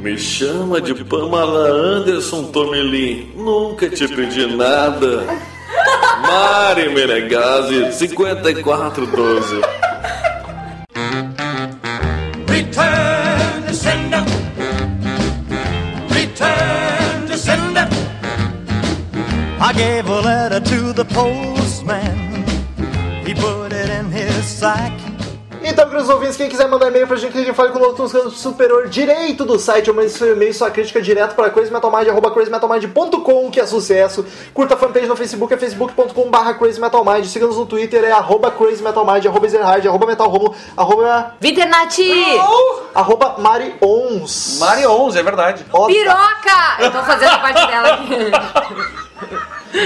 S9: Me chama de Pamela Anderson, Tommy Lee. Nunca te pedi nada. Mari Menegazzi, 5412.
S8: Return to sender. Return to sender. I gave a letter to the postman. He put it in his sack.
S3: Então, queridos ouvintes, quem quiser mandar e-mail pra gente, que a gente fale com o Lotus no superior direito do site, ou mande seu e-mail, sua crítica direto para crazymetalmind, arroba crazymetalmind.com, que é sucesso. Curta a fanpage no Facebook, é facebook.com barra crazymetalmind. Siga-nos no Twitter, é arroba crazymetalmind, arroba zerhard, arroba metalromulo, arroba...
S5: Viternati!
S3: Arroba Marions.
S4: Mari 11, é verdade.
S3: Ó,
S5: Piroca! Eu tô fazendo a parte dela aqui.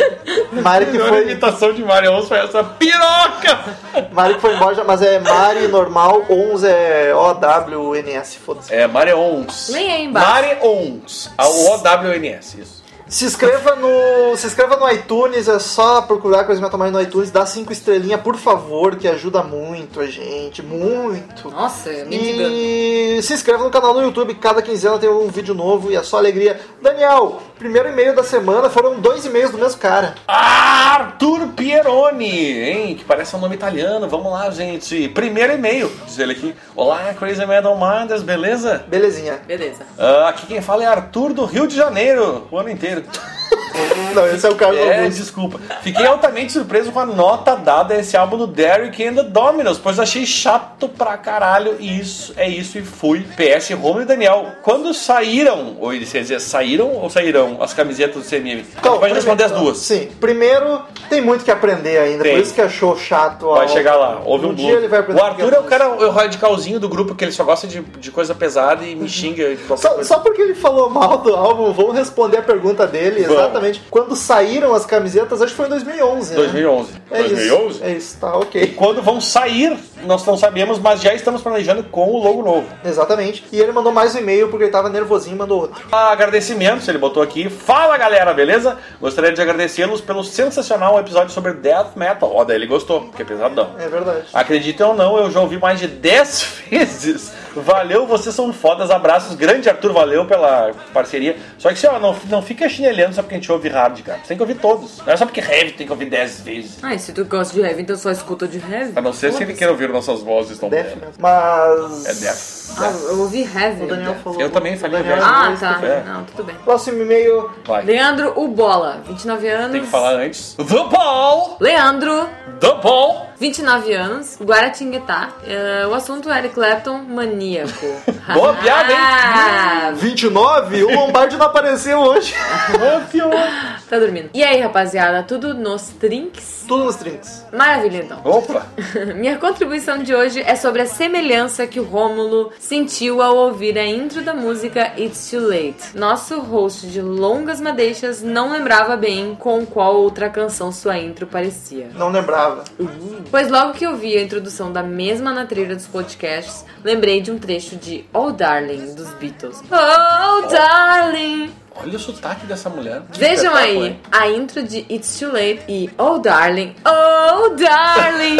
S3: Mari que,
S4: melhor
S3: foi,
S4: imitação de Mari 11 foi essa piroca!
S3: Mari que foi embora, já- mas é Mari normal, ONS é O-W-N-S, foda-se.
S4: É Mari 11.
S5: Leia aí embaixo.
S4: Mari 11. O OWNS, isso.
S3: Se inscreva no. Se inscreva no iTunes, é só procurar Coisa Metal Mind no iTunes, dá cinco estrelinhas, por favor, que ajuda muito a gente, muito.
S5: Nossa, me diga.
S3: E se inscreva no canal no YouTube, cada quinzena tem um vídeo novo e é só alegria. Daniel, primeiro e-mail da semana foram dois e-mails do mesmo cara.
S4: Arthur Pieroni, hein? Que parece um nome italiano. Vamos lá, gente. Primeiro e-mail, diz ele aqui. Olá, Crazy Metal Minders, beleza?
S3: Belezinha.
S5: Beleza.
S4: Ah, aqui quem fala é Arthur do Rio de Janeiro, o ano inteiro.
S3: Não, esse é o Carlos
S4: É,
S3: Augusto.
S4: desculpa. Fiquei altamente surpreso com a nota dada a esse álbum do Derrick and the Dominos, pois achei chato pra caralho e isso é isso e fui. PS Romulo e Daniel, quando saíram, ou eles quer dizer, saíram ou sairão as camisetas do CMM? a gente pode responder as duas.
S3: Então, Sim. Primeiro, tem muito que aprender ainda.
S4: Tem.
S3: Por isso que achou chato. ó,
S4: Vai chegar lá, houve um,
S3: um dia ele vai
S4: O Arthur é o
S3: aprender
S4: cara o radicalzinho do grupo que ele só gosta de, de coisa pesada e me xinga de qualquer
S3: Uhum. Só,
S4: coisa.
S3: só porque ele falou mal do álbum, vamos responder a pergunta dele
S4: Vamos.
S3: exatamente. Quando saíram as camisetas, acho que foi em 2011, né?
S4: 2011.
S3: É isso. É isso, tá ok.
S4: Quando vão sair, nós não sabemos, mas já estamos planejando com o logo novo.
S3: Exatamente. E ele mandou mais um e-mail porque ele tava nervosinho e mandou outro.
S4: Agradecimentos, ele botou aqui. Fala galera, beleza? Gostaria de agradecê-los pelo sensacional episódio sobre Death Metal. Ó, daí ele gostou, porque é pesadão.
S3: É verdade.
S4: Acreditem ou não, eu já ouvi mais de 10 vezes. Valeu, vocês são fodas. Abraços. Grande Arthur, valeu pela parceria. Só que, assim, ó, não, não fica chinelhando só porque a gente ouve hard, cara. Você tem que ouvir todos. Não é só porque heavy tem que ouvir 10 vezes.
S5: Ai, se tu gosta de heavy, então só escuta de heavy.
S4: A não ser se ele quer ouvir nossas vozes tão
S3: Death,
S4: bem. né?
S3: mesmo. Mas.
S4: É death.
S5: Ah, eu ouvi heavy.
S3: O Daniel falou.
S4: Eu também falei
S3: Daniel.
S4: heavy.
S5: Ah,
S3: Mas
S5: tá.
S4: tudo bem.
S5: Não, tudo bem.
S3: Próximo e-mail.
S4: é, Vai.
S5: Leandro Ubola, 29 anos.
S4: Tem que falar antes. The Paul!
S5: Leandro,
S4: The Paul!
S5: 29 anos, Guaratinguetá. Eh, o assunto é Eric Clapton, maníaco.
S4: Boa piada, hein?
S5: Ah,
S3: 29? O Lombardi não apareceu hoje.
S4: Ô, senhor.
S5: tá dormindo. E aí, rapaziada, tudo nos trinks?
S3: Tudo nos trinks.
S5: Maravilha, então.
S4: Opa!
S5: Minha contribuição de hoje é sobre a semelhança que o Rômulo sentiu ao ouvir a intro da música It's Too Late. Nosso host de longas madeixas não lembrava bem com qual outra canção sua intro parecia.
S3: Não lembrava.
S5: Pois logo que eu vi a introdução da mesma na trilha dos podcasts, lembrei de um trecho de Oh Darling dos Beatles. Oh Darling!
S4: Olha o sotaque dessa mulher. Que
S3: Tá,
S5: Vejam
S4: espetáculo,
S5: aí
S4: hein?
S5: a intro de It's Too Late e Oh Darling, Oh Darling!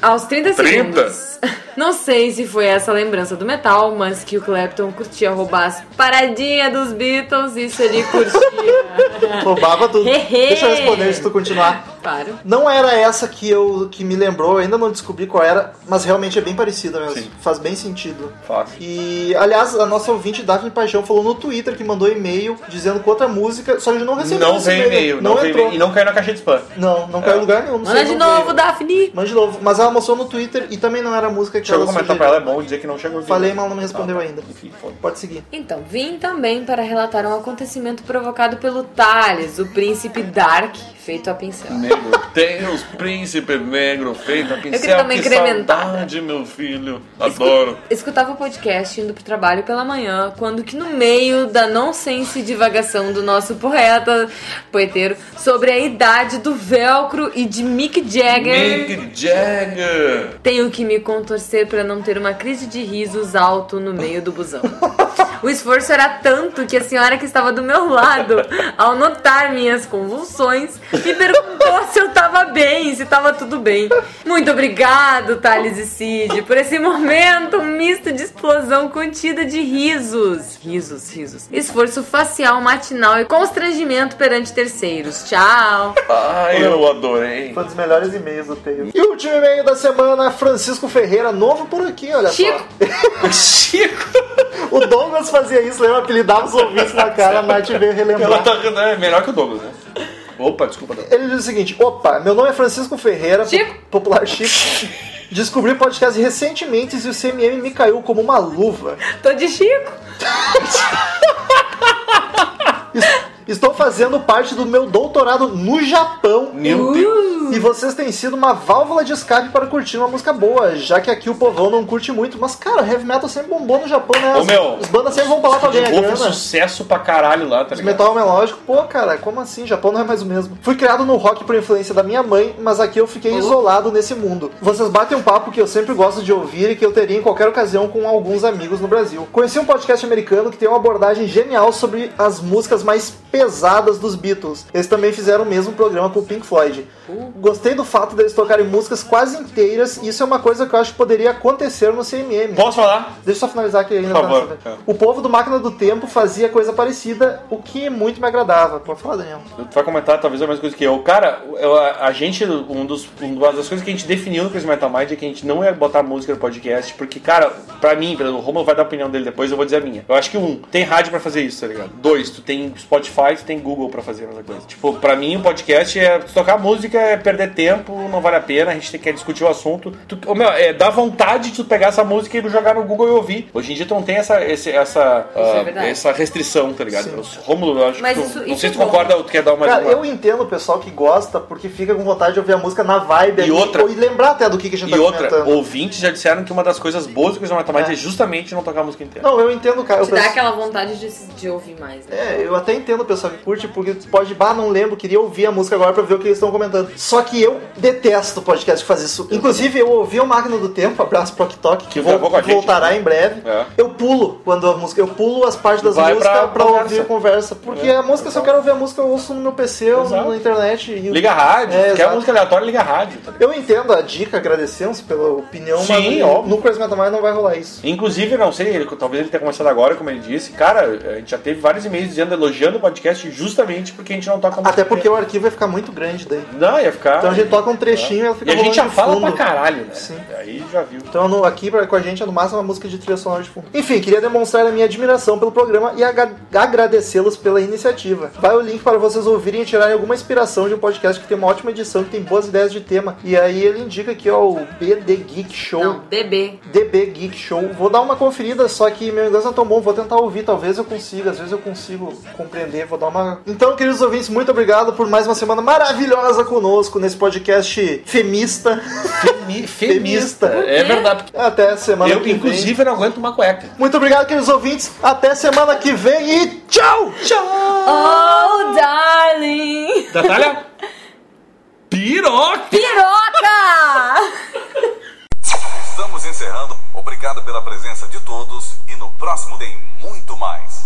S5: Aos 30
S9: 30?
S5: segundos. Não sei se foi essa a lembrança do metal, mas que o Clapton curtia roubar as paradinhas dos Beatles, isso ele curtia.
S3: Roubava tudo.
S5: Hehe.
S3: Deixa eu responder se tu continuar.
S5: claro.
S3: Não era essa que eu que me lembrou, ainda não descobri qual era, mas realmente é bem parecida mesmo.
S4: Sim.
S3: Faz bem sentido.
S4: Fácil.
S3: E, aliás, a nossa ouvinte Daphne Paixão falou no Twitter que mandou e-mail dizendo com outra música, só que a gente não recebeu
S4: Não
S3: esse
S4: veio e-mail, não, veio
S3: entrou.
S4: e-mail. É. E não caiu na caixa de spam.
S3: Não, não caiu em lugar nenhum. não sei,
S5: Manda de
S3: não
S5: novo,
S3: veio.
S5: Daphne!
S3: Manda de novo. Mas ela mostrou no Twitter e também não era a música que
S4: Chegou a
S3: ela
S4: comentar pra ela, é bom dizer que não chegou.
S3: Falei, mas ela não me respondeu ainda.
S4: Ah, tá. Enfim, foda.
S3: Pode seguir.
S5: Então, vim também para relatar um acontecimento provocado pelo Thales, o príncipe Dark, feito a pincel.
S4: Negro, Deus, príncipe negro, feito a pincel.
S5: queria
S3: é
S5: dar uma
S4: que
S5: incrementada.
S4: saudade, meu filho.
S5: Escu-
S4: Adoro.
S5: Escutava o podcast indo pro trabalho pela manhã, quando que no meio da nonsense divagação do nosso poeta, poeteiro, sobre a idade do velcro e de Mick Jagger,
S4: Mick Jagger.
S5: tenho que me contorcer para não ter uma crise de risos alto no meio do busão. O esforço era tanto que a senhora que estava do meu lado, ao notar minhas convulsões, me perguntou se eu tava bem, se tava tudo bem. Muito obrigado, Thales e Cid, por esse momento um misto de explosão contida de risos. Risos, risos. Esforço facial matinal e constrangimento perante terceiros. Tchau.
S4: Ai, Ah, eu adorei.
S3: Foi um dos melhores e-mails do Taylor. E o último e-mail da semana, Francisco Ferreira, novo por aqui, olha
S5: Chico.
S4: Chico,
S3: só. O Douglas fazia isso, lembra? Apelidava os ouvintes na cara, a Nath veio relembrar.
S4: ela tá é melhor que o Douglas, né? Opa, desculpa. Douglas.
S3: Ele diz o seguinte: opa, meu nome é Francisco Ferreira, po-
S5: Chico.
S3: popular Chico. Descobri o podcast recentemente e o CMM me caiu como uma luva.
S5: Tô de Chico.
S3: Es- Estou fazendo parte do meu doutorado no Japão.
S4: Meu Deus.
S3: E vocês têm sido uma válvula de escape para curtir uma música boa, já que aqui o povão não curte muito. Mas, cara, heavy metal sempre bombou no Japão, né?
S4: Ô,
S3: As,
S4: meu,
S3: as bandas sempre vão pra lá pra
S4: De
S3: ganhar
S4: novo,
S3: grana.
S4: foi sucesso pra caralho lá, tá
S3: Os
S4: ligado?
S3: metal melódico, pô, cara, como assim? Japão não é mais o mesmo. Fui criado no rock por influência da minha mãe, mas aqui eu fiquei isolado nesse mundo. Vocês batem um papo que eu sempre gosto de ouvir e que eu teria em qualquer ocasião com alguns amigos no Brasil. Conheci um podcast americano que tem uma abordagem genial sobre as músicas mais pesadas dos Beatles. Eles também fizeram o mesmo programa com o Pink Floyd. Gostei do fato deles tocarem músicas quase inteiras, e isso é uma coisa que eu acho que poderia acontecer no CMM.
S4: Posso falar?
S3: Deixa eu só finalizar aqui ainda.
S4: Por favor.
S3: pra você ver. O povo do Máquina do Tempo fazia coisa parecida, o que muito me agradava. Pode falar, Daniel.
S4: Tu vai comentar talvez a mesma coisa que eu. Cara, eu- a, a gente, um dos, uma das coisas que a gente definiu no Crazy Metal Mind é que a gente não ia botar música no podcast, porque, cara, pra mim, pelo menos, o Romulo vai dar a opinião dele depois, eu vou dizer a minha. Eu acho que, um, tem rádio pra fazer isso, tá ligado? Dois, tu tem Spotify Spotify, tu tem Google pra fazer essa coisa. Tipo, pra mim o podcast é tu tocar música, é perder tempo, não vale a pena, a gente tem- quer discutir o assunto. Tu, ô, meu, é, dá vontade de tu pegar essa música e jogar no Google e ouvir. Hoje em dia tu não tem essa, esse- essa,
S5: Isso é
S4: ah,
S5: verdade.
S4: essa restrição, tá ligado? Eu- Rômulo, eu acho
S5: Mas
S4: que tu,
S5: isso-
S4: não
S5: isso
S4: sei
S5: é
S4: se tu
S5: bom.
S4: concorda ou tu quer dar mais
S3: Cara,
S4: uma...
S3: eu entendo o pessoal que gosta porque fica com vontade de ouvir a música na vibe
S4: E
S3: ali,
S4: outra-
S3: ou- e lembrar até do que, que a gente
S4: E
S3: tá
S4: outra,
S3: comentando.
S4: ouvintes já disseram que uma das coisas boas da coisa matemática é, justamente não tocar a música inteira.
S3: Não, eu entendo, cara. Eu
S5: Te dá
S3: penso-
S5: aquela vontade de, se- de ouvir mais, né?
S3: É, eu até entendo o pessoal que curte, porque tu pode, bah, não lembro, queria ouvir a música agora pra ver o que eles estão comentando. Só que eu detesto podcast que faz isso. Inclusive, eu ouvi o Máquina do Tempo, abraço pro Tok, que,
S4: Que
S3: vol-
S4: gravou com a gente.
S3: voltará em breve.
S4: É.
S3: Eu pulo quando a música, eu pulo as partes das
S4: Vai
S3: músicas
S4: pra
S3: pra,
S4: conversa.
S3: ouvir conversa. Porque
S4: É,
S3: a música, se eu
S4: exato.
S3: quero ouvir a música, eu ouço no meu PC ou
S4: Exato.
S3: na internet. e-
S4: Liga a rádio,
S3: É,
S4: quer
S3: exato.
S4: música aleatória, liga a rádio, tá ligado?
S3: Eu entendo a dica, agradecemos pela opinião,
S4: Sim,
S3: mas
S4: óbvio.
S3: no Crazy Metamai não vai rolar isso.
S4: Inclusive, eu não sei, ele- talvez ele tenha começado agora, como ele disse. Cara, a gente já teve vários e-mails dizendo, elogiando o podcast justamente porque a gente não toca música.
S3: Até porque o arquivo vai ficar muito grande daí.
S4: Não, ia ficar. Tá.
S3: Então a gente toca um trechinho e ela fica
S4: E a gente
S3: rolando
S4: já
S3: de
S4: fala pra
S3: fundo.
S4: caralho, né?
S3: Sim.
S4: Aí já viu.
S3: Então no- aqui pra, com a gente é no máximo uma música de trilha sonora de fundo. Enfim, queria demonstrar a minha admiração pelo programa e aga- agradecê-los pela iniciativa. Vai o link para vocês ouvirem e tirarem alguma inspiração de um podcast que tem uma ótima edição, que tem boas ideias de tema. E aí ele indica aqui, ó, o BD Geek Show.
S5: Não, bebê.
S3: DB Geek Show. Vou dar uma conferida, só que meu inglês não é tão bom. Vou tentar ouvir, talvez eu consiga. Às vezes eu consigo compreender. Vou dar uma. Então, queridos ouvintes, muito obrigado por mais uma semana maravilhosa conosco nesse podcast femista. Femista.
S4: É verdade. porque
S3: Até semana
S4: Eu,
S3: que vem.
S4: inclusive, não aguento uma cueca.
S3: Muito obrigado, queridos ouvintes. Até semana que vem e tchau! Tchau!
S11: Oh, darling!
S4: Natália? Piroca!
S11: Piroca!
S12: Estamos encerrando. Obrigado pela presença de todos e no próximo tem muito mais.